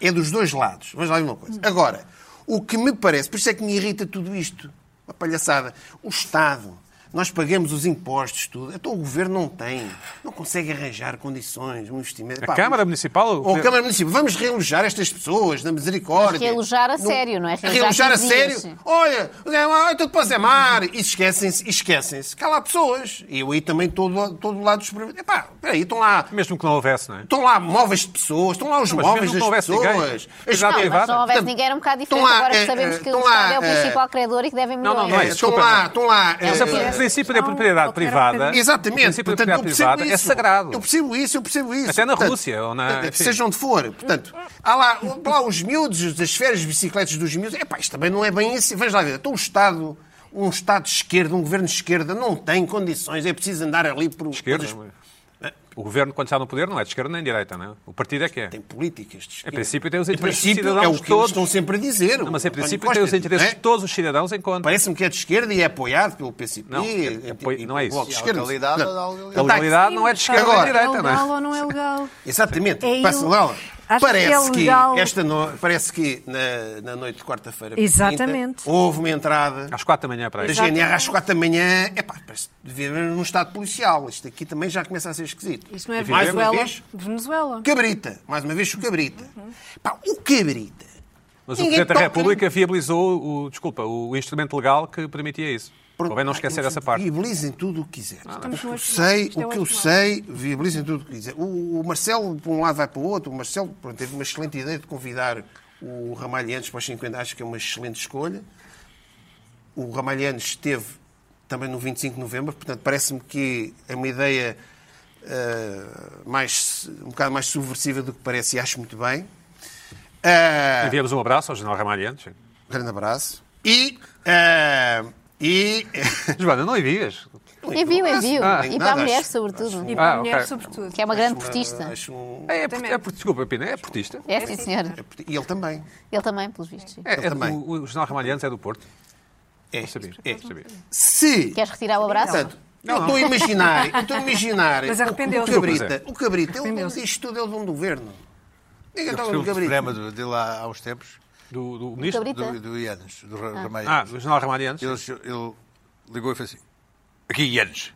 S2: é dos dois lados. Vamos lá ver uma coisa. Agora, o que me parece, por isso é que me irrita tudo isto, uma palhaçada. O Estado, nós pagamos os impostos, tudo. Então o governo não tem, não consegue arranjar condições, um investimento.
S1: A Câmara Municipal?
S2: Ou a Câmara Municipal. Vamos realojar estas pessoas na misericórdia.
S5: Mas realojar a sério, não é? Realojar
S2: Realojar a
S5: 15 dias,
S2: sério.
S5: sim.
S2: Olha, é, ah, então depois é mar. E esquecem-se, e esquecem-se. Que há lá pessoas. E eu aí também todo, todo lado dos... Epá, peraí, estão lá...
S1: Mesmo que não houvesse, não é?
S2: Estão lá móveis de pessoas, estão lá os
S1: Não, mas
S2: móveis
S1: mesmo que
S2: das
S1: não houvesse ninguém, é
S2: pessoas.
S1: mas já
S2: As-
S5: Não, mas se
S1: há privada.
S5: não houvesse
S2: Portanto,
S5: ninguém era um bocado
S2: estão
S5: diferente.
S2: lá,
S5: Agora
S2: eh,
S5: que sabemos que
S2: estão
S5: o Estado
S2: lá,
S5: é o principal
S2: eh,
S5: credor e que devem
S1: não,
S5: milhões.
S1: não é isso.
S2: Estão
S1: desculpa,
S2: lá,
S1: não.
S2: estão lá.
S1: Mas
S2: eh,
S1: a- o princípio da
S3: não,
S1: propriedade
S3: qualquer
S1: privada.
S3: um bocadinho.
S1: O
S2: Exatamente.
S1: princípio da
S2: Portanto, eu
S1: propriedade
S2: percebo
S1: privada
S2: isso.
S1: é sagrado.
S2: Eu percebo isso, eu percebo isso.
S1: Até na
S2: Portanto,
S1: Rússia, ou na-
S2: portanto,
S1: enfim.
S2: Seja onde for. Portanto, há lá, há lá os miúdos, as férias de bicicletas dos miúdos. Epá, isto também não é bem assim. Vamos lá ver. Então o Estado, um Estado de esquerda, um governo de esquerda, não tem condições. É preciso andar ali por...
S1: Esquerda.
S2: pelas-
S1: O governo, quando está no poder, não é de esquerda nem de direita, não é? O partido é que é.
S2: Tem políticas de
S1: Em
S2: esquerda.
S1: princípio, tem os
S2: Em
S1: interesses dos
S2: princípio,
S1: cidadãos
S2: é o que eles
S1: todos.
S2: estão sempre a dizer. O
S1: Não, mas em
S2: António
S1: princípio,
S2: Costa,
S1: tem os interesses
S2: não é?
S1: de todos os cidadãos em conta.
S2: Parece-me que é de esquerda e é apoiado pelo PCP.
S1: Não, é- é apoio-
S2: e-
S1: não é isso.
S2: e pelo tipo Bloco de
S1: A
S2: Esquerda.
S4: legalidade dá
S2: Não.
S4: a
S1: A
S4: legalidade.
S2: Ele tá-
S1: legalidade não é de
S3: Sim,
S1: esquerda
S3: mas
S2: Agora-
S1: nem de
S3: É
S1: direita, não é?
S3: legal ou não é legal?
S2: Exatamente.
S3: É
S2: Peço
S3: eu-
S2: dela.
S3: acho
S2: Parece
S3: que é
S2: que,
S3: legal.
S2: esta no- parece que na, na noite de quarta-feira
S3: Exatamente.
S2: quinta, houve uma entrada
S1: Às quatro da manhã, para aí.
S2: da GNR às quatro da manhã. Epá, parece que vivemos num estado policial. Isto aqui também já começa a ser esquisito.
S3: Isto não é
S2: Mais uma
S3: Venezuela. Uhum.
S2: vez,
S3: Venezuela.
S2: cabrita. Mais uma vez, o cabrita. Pá, o cabrita.
S1: Mas o
S2: Ninguém
S1: Presidente da
S2: toca
S1: República viabilizou o, desculpa, o instrumento legal que permitia isso.
S2: Pronto,
S1: Convém não
S2: pá,
S1: esquecer
S2: então,
S1: essa parte.
S2: Viabilizem tudo o que quiserem.
S3: Estamos
S2: o que
S3: no
S2: eu
S3: oito
S2: sei,
S3: de março. Isto é
S2: o que eu
S3: oito de março.
S2: sei, viabilizem tudo o que quiserem. O, o Marcelo, por um lado, vai para o outro. O Marcelo pronto, teve uma excelente ideia de convidar o Ramalhantes para os 50. Acho que é uma excelente escolha. O Ramalhantes esteve também no 25 de novembro. Portanto, parece-me que é uma ideia ah, mais, um bocado mais subversiva do que parece e acho muito bem. Ah,
S1: Enviamos um abraço ao General Ramalhantes.
S2: um grande abraço. E... ah, e...
S1: Joana, não envias.
S5: Envio, envio.
S2: Ah,
S5: e para a
S2: nada,
S5: mulher,
S2: acho-
S5: sobretudo.
S3: E para
S1: Ah,
S3: a mulher,
S1: ok.
S3: Tipo, sobretudo.
S5: Que é uma grande portista.
S2: Acho um-
S1: É, é, por- é por- desculpa, Pina, é portista.
S5: É, sim, senhora.
S2: E ele também.
S5: Ele também, pelos vistos.
S1: É, é,
S2: também.
S1: o, o General Ramalhantes é do Porto.
S2: É.
S1: Não sabia.
S2: É.
S1: Não sabia.
S2: Se.
S5: Queres retirar o abraço?
S2: Portanto, eu estou a imaginar. eu Estou a imaginar.
S3: Mas
S2: o-
S3: arrependeu-se.
S2: O Cabrita.
S1: Desculpa,
S2: O Cabrita. Ele não
S3: Arrependeu-se.
S2: diz tudo, ele é um governo. Diga então
S4: Houve
S2: o
S4: um
S2: Cabrita.
S4: programa do- dele há, há uns tempos,
S1: Do, do ministro?
S5: Cabrita.
S4: do, do Ianes, do Ra- Ramalho.
S1: Ah, do General Ramalhantes.
S4: Ele, ele ligou e fez assim: Aqui Ianes,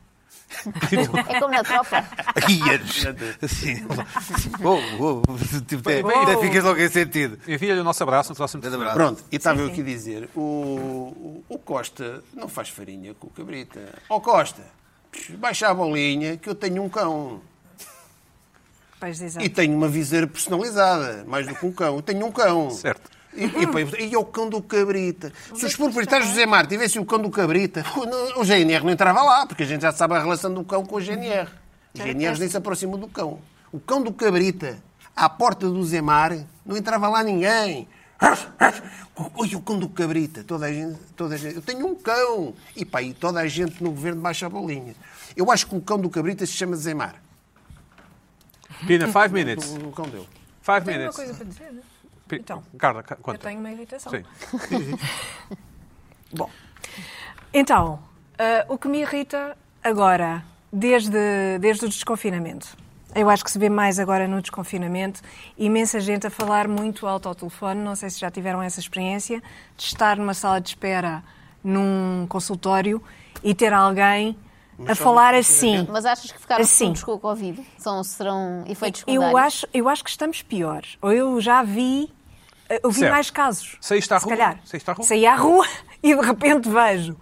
S5: É como na tropa.
S4: aqui Ianes. assim, uou, uou, tipo, até,
S1: Bem,
S4: até
S1: bem.
S4: ficas logo em sentido.
S1: Envia-lhe o nosso abraço no próximo
S4: Grande
S1: programa.
S4: abraço.
S2: Pronto, e estava eu aqui a dizer: o, o- o Costa não faz farinha com o Cabrita. Ó Costa, baixa a bolinha que eu tenho um cão.
S3: Pois, exato.
S2: E tenho uma viseira personalizada, mais do que um cão. Eu tenho um cão.
S1: Certo.
S2: E, e, pá, e é o cão do Cabrita. Se os proprietários do Zé Mar tivessem o cão do Cabrita, o- não- o GNR não entrava lá, porque a gente já sabe a relação do cão com o GNR. O GNR nem se aproxima do cão. O cão do Cabrita, à porta do Zemar, não entrava lá ninguém. Oi, o cão do Cabrita. Toda a gente, toda a gente, eu tenho um cão. E pá, e toda a gente no governo baixa a bolinha. Eu acho que o cão do Cabrita se chama Zemar.
S1: Pina, five minutes.
S2: O, o Um cão dele.
S1: Five
S3: Tenho uma
S1: minutes.
S3: coisa para dizer.
S1: Pi-
S3: Então.
S1: Carla, ca-
S3: Eu
S1: conta.
S3: tenho um- uma irritação.
S1: Sim.
S3: Bom, então, ah, o que me irrita agora, desde, desde o desconfinamento, eu acho que se vê mais agora no desconfinamento, imensa gente a falar muito alto ao telefone, não sei se já tiveram essa experiência, de estar numa sala de espera num consultório e ter alguém a falar assim.
S5: Mas achas que ficaram
S3: Assim.
S5: juntos com o Covid? São, serão efeitos secundários?
S3: Eu acho, eu acho que estamos piores. Ou eu já vi. eh, Eu vi
S1: Certo.
S3: mais casos.
S1: Saíste à
S3: se
S1: rua?
S3: Calhar.
S1: Saíste à rua?
S3: Saí à rua e de repente vejo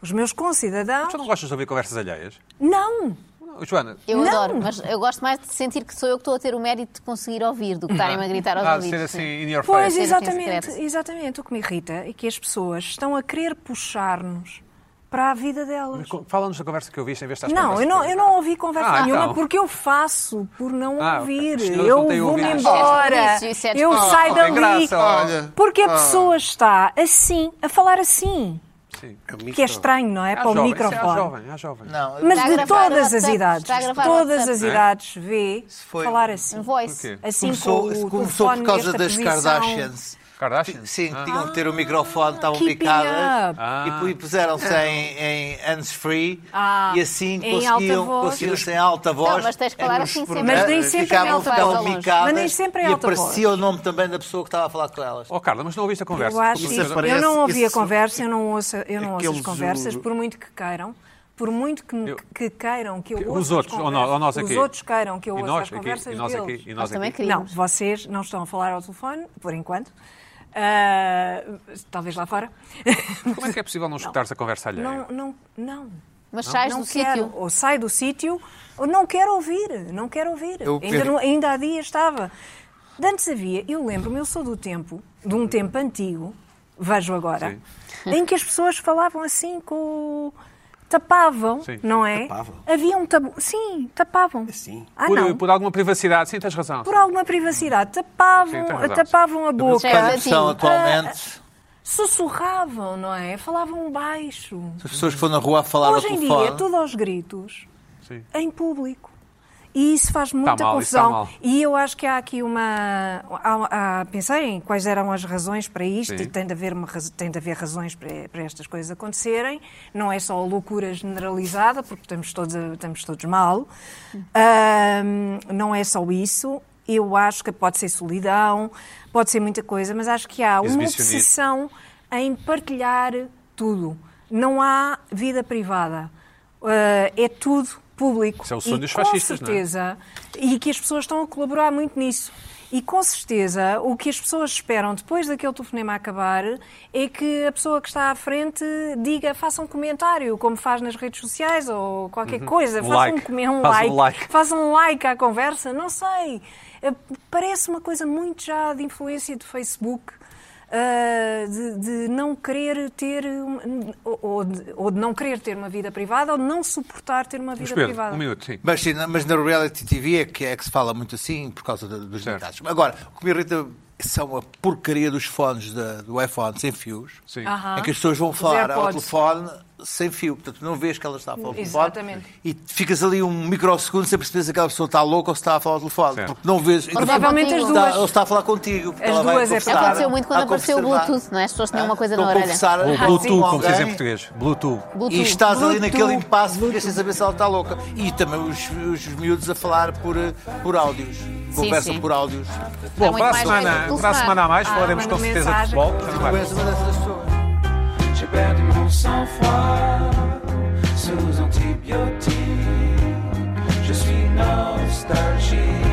S3: os meus concidadãos.
S1: Tu não gostas de ouvir conversas alheias?
S3: Não!
S1: Joana,
S5: Eu
S3: Não.
S5: adoro, mas eu gosto mais de sentir que sou eu que estou a ter o mérito de conseguir ouvir do que estarem-me a gritar aos
S1: há de
S5: ouvidos.
S1: ser assim, in your
S3: Pois,
S1: face.
S5: Ser assim
S3: exatamente,
S5: secreto.
S3: exatamente. O que me irrita é que as pessoas estão a querer puxar-nos para a vida delas.
S1: Co- Fala-nos da conversa que ouviste em vez de estás
S3: é. Não, eu não, eu não ouvi conversa
S1: Ah,
S3: nenhuma
S1: então.
S3: porque eu faço por não
S1: Ah,
S3: ouvir.
S1: os senhores
S3: Eu
S1: não têm
S3: vou-me
S1: ouvido.
S5: Ah,
S3: embora.
S5: isso é desperdício, isso é
S3: Eu
S5: desperdício.
S3: saio
S1: Oh, tem
S3: dali.
S1: graça, olha. Ah.
S3: Porque a pessoa está assim, a falar assim.
S1: Sim.
S3: Que é estranho, não é?
S1: É a
S3: Para o
S1: jovem, isso é a
S3: microfone.
S1: jovem, é a jovem.
S4: Não,
S3: Mas
S5: Está
S3: de
S5: gravado no
S3: todas as
S5: WhatsApp,
S3: idades,
S5: está
S3: de
S5: gravado no
S3: todas as
S5: WhatsApp.
S3: idades, vê
S4: foi-
S3: falar assim.
S5: Um voice.
S1: Porquê?
S3: Assim com
S4: começou,
S3: o
S4: começou por
S3: telefone
S4: causa
S3: nesta
S4: das
S3: posição.
S4: Kardashians.
S1: Kardashian?
S4: Sim, tinham que ter o microfone, estavam
S3: keeping
S4: bicadas
S3: up.
S1: Ah.
S4: e pu- e puseram-se em, em hands-free
S3: Ah,
S4: e assim
S3: em alta
S4: conseguiam,
S3: voz.
S4: conseguiam-se em alta voz.
S5: mas tens que falar
S4: eh,
S5: assim
S4: nos
S5: sempre.
S3: Mas nem
S4: eh,
S3: sempre em
S4: ficavam-
S3: alta
S4: ficavam
S5: voz.
S4: bicadas
S3: Mas nem sempre em
S4: e
S3: alta voz.
S4: aparecia o nome também da pessoa que estava a falar com elas.
S1: Oh, Carla, mas não ouviste a conversa?
S3: Eu acho
S2: Isso
S3: isso. Eu
S2: aparece-
S3: não ouvi a
S2: isso-
S3: conversa, eu não ouço, eu não ouço as
S2: aqueles-
S3: conversas, por muito que queiram. Por muito que,
S1: Eu-
S3: que queiram que eu
S1: Que-
S3: ouça
S1: os
S3: as
S1: outros, ou nós- ou nós
S3: conversas,
S1: aqui.
S3: Os outros queiram que eu
S1: E
S3: ouça
S1: nós
S3: as
S1: aqui,
S3: conversas
S1: e nós aqui,
S3: deles.
S1: e nós
S5: Nós também
S1: aqui.
S5: queríamos.
S3: Não, vocês não estão a falar ao telefone, por enquanto. Ah, talvez lá fora.
S1: Como é que é possível não escutares a conversa alheia?
S3: Não, não, não.
S5: Mas sais
S3: não
S5: do
S3: quero,
S5: sítio.
S3: ou sai do sítio, ou não quero ouvir, não quero ouvir.
S4: Eu
S3: ainda,
S4: per-
S3: não- ainda há dia estava. De antes havia, eu lembro-me, eu sou do tempo, de um tempo antigo, vejo agora, em que as pessoas falavam assim com. Tapavam,
S1: Sim.
S3: não é?
S2: Tapavam?
S3: Havia um tabu. Sim, tapavam.
S2: Sim.
S3: Ah, não.
S1: Por,
S3: Por,
S1: por alguma privacidade, sim, tens razão.
S3: alguma privacidade. Tapavam,
S1: Sim, tem razão.
S3: tapavam a
S4: Mas
S3: boca.
S5: é
S4: quando são
S5: Ah.
S4: atualmente,
S3: Sussurravam, não é? Falavam baixo.
S4: as pessoas que foram na rua a falar ao
S3: Hoje em dia é
S4: telefone.
S3: tudo aos gritos,
S1: Sim. Tá
S3: em público. E isso faz muita
S1: mal, isso está
S3: confusão.
S1: mal.
S3: E eu acho que há aqui uma. Há, há- pensei em quais eram as razões para isto,
S1: Sim.
S3: e tem de haver, uma raz- tem de haver razões para, para estas coisas acontecerem. Não é só a loucura generalizada, porque estamos todos, a- estamos todos mal. Ahm, não é só isso. Eu acho que pode ser solidão, pode ser muita coisa, mas acho que há uma
S1: Exibicionismo.
S3: obsessão são em partilhar tudo. Não há vida privada. Eh, é tudo público.
S1: Isso é o sonho
S3: e
S1: dos
S3: com
S1: fascistas, não é?
S3: certeza, e que as pessoas estão a colaborar muito nisso. E com certeza o que as pessoas esperam depois daquele telefonema acabar é que a pessoa que está à frente diga, faça um comentário, como faz nas redes sociais ou qualquer coisa,
S1: Um
S3: faça um,
S1: like.
S3: come- um
S1: Faz
S3: like,
S1: um like.
S3: faça um like à conversa, não sei. Eh, Parece uma coisa muito já de influência do Facebook. eh, de, de não querer ter um- ou, ou de, ou de não querer ter uma vida privada ou de não suportar ter uma vida
S1: Mas Pedro,
S3: privada.
S1: um minuto, sim.
S4: Mas, sim, na- mas na reality TV é que, é que se fala muito assim por causa de- dos
S1: Certo.
S4: detalhes. Agora, o que me irrita são a porcaria dos fones da- do iPhone sem fios.
S1: Sim.
S3: Aham.
S4: É que as pessoas vão
S3: Os
S4: falar ao
S3: AirPods.
S4: telefone sem fio, portanto não vês que ela está a falar ao telefone.
S3: Exatamente.
S4: E ficas ali um microsegundo sem perceber se aquela pessoa está louca ou se está a falar ao telefone.
S1: Certo.
S4: Porque não vês.
S3: Provavelmente
S5: as
S4: Está-
S3: duas.
S4: Ou está a falar contigo. porque
S3: As
S4: ela vai
S3: duas é
S4: conversar.
S3: verdade.
S5: Aconteceu muito quando
S4: A
S5: apareceu o
S4: conversar.
S5: Bluetooth, não é? As pessoas tinham uma coisa
S4: Estão
S5: na
S4: a
S5: orelha.
S4: conversar assim,
S1: Ou
S4: com
S1: Bluetooth, como se diz em
S4: alguém.
S1: português. Bluetooth.
S4: E
S5: Bluetooth.
S4: estás ali
S3: Bluetooth.
S4: naquele impasse ficas sem saber se ela está louca. E também os, os miúdos a falar por, eh, por áudios. Conversam
S5: sim.
S4: por áudios.
S1: Bom,
S5: muito
S1: para a,
S5: mais coisa
S1: semana,
S5: pelo
S1: para a
S5: falar.
S1: semana a mais
S3: Ah,
S1: falaremos
S3: manda
S1: com certeza de
S3: mensagem.
S1: futebol. Até mais.
S4: Conhece uma dessas pessoas.
S10: J'ai perdu mon sang-froid sous antibiotiques. Je suis nostalgique.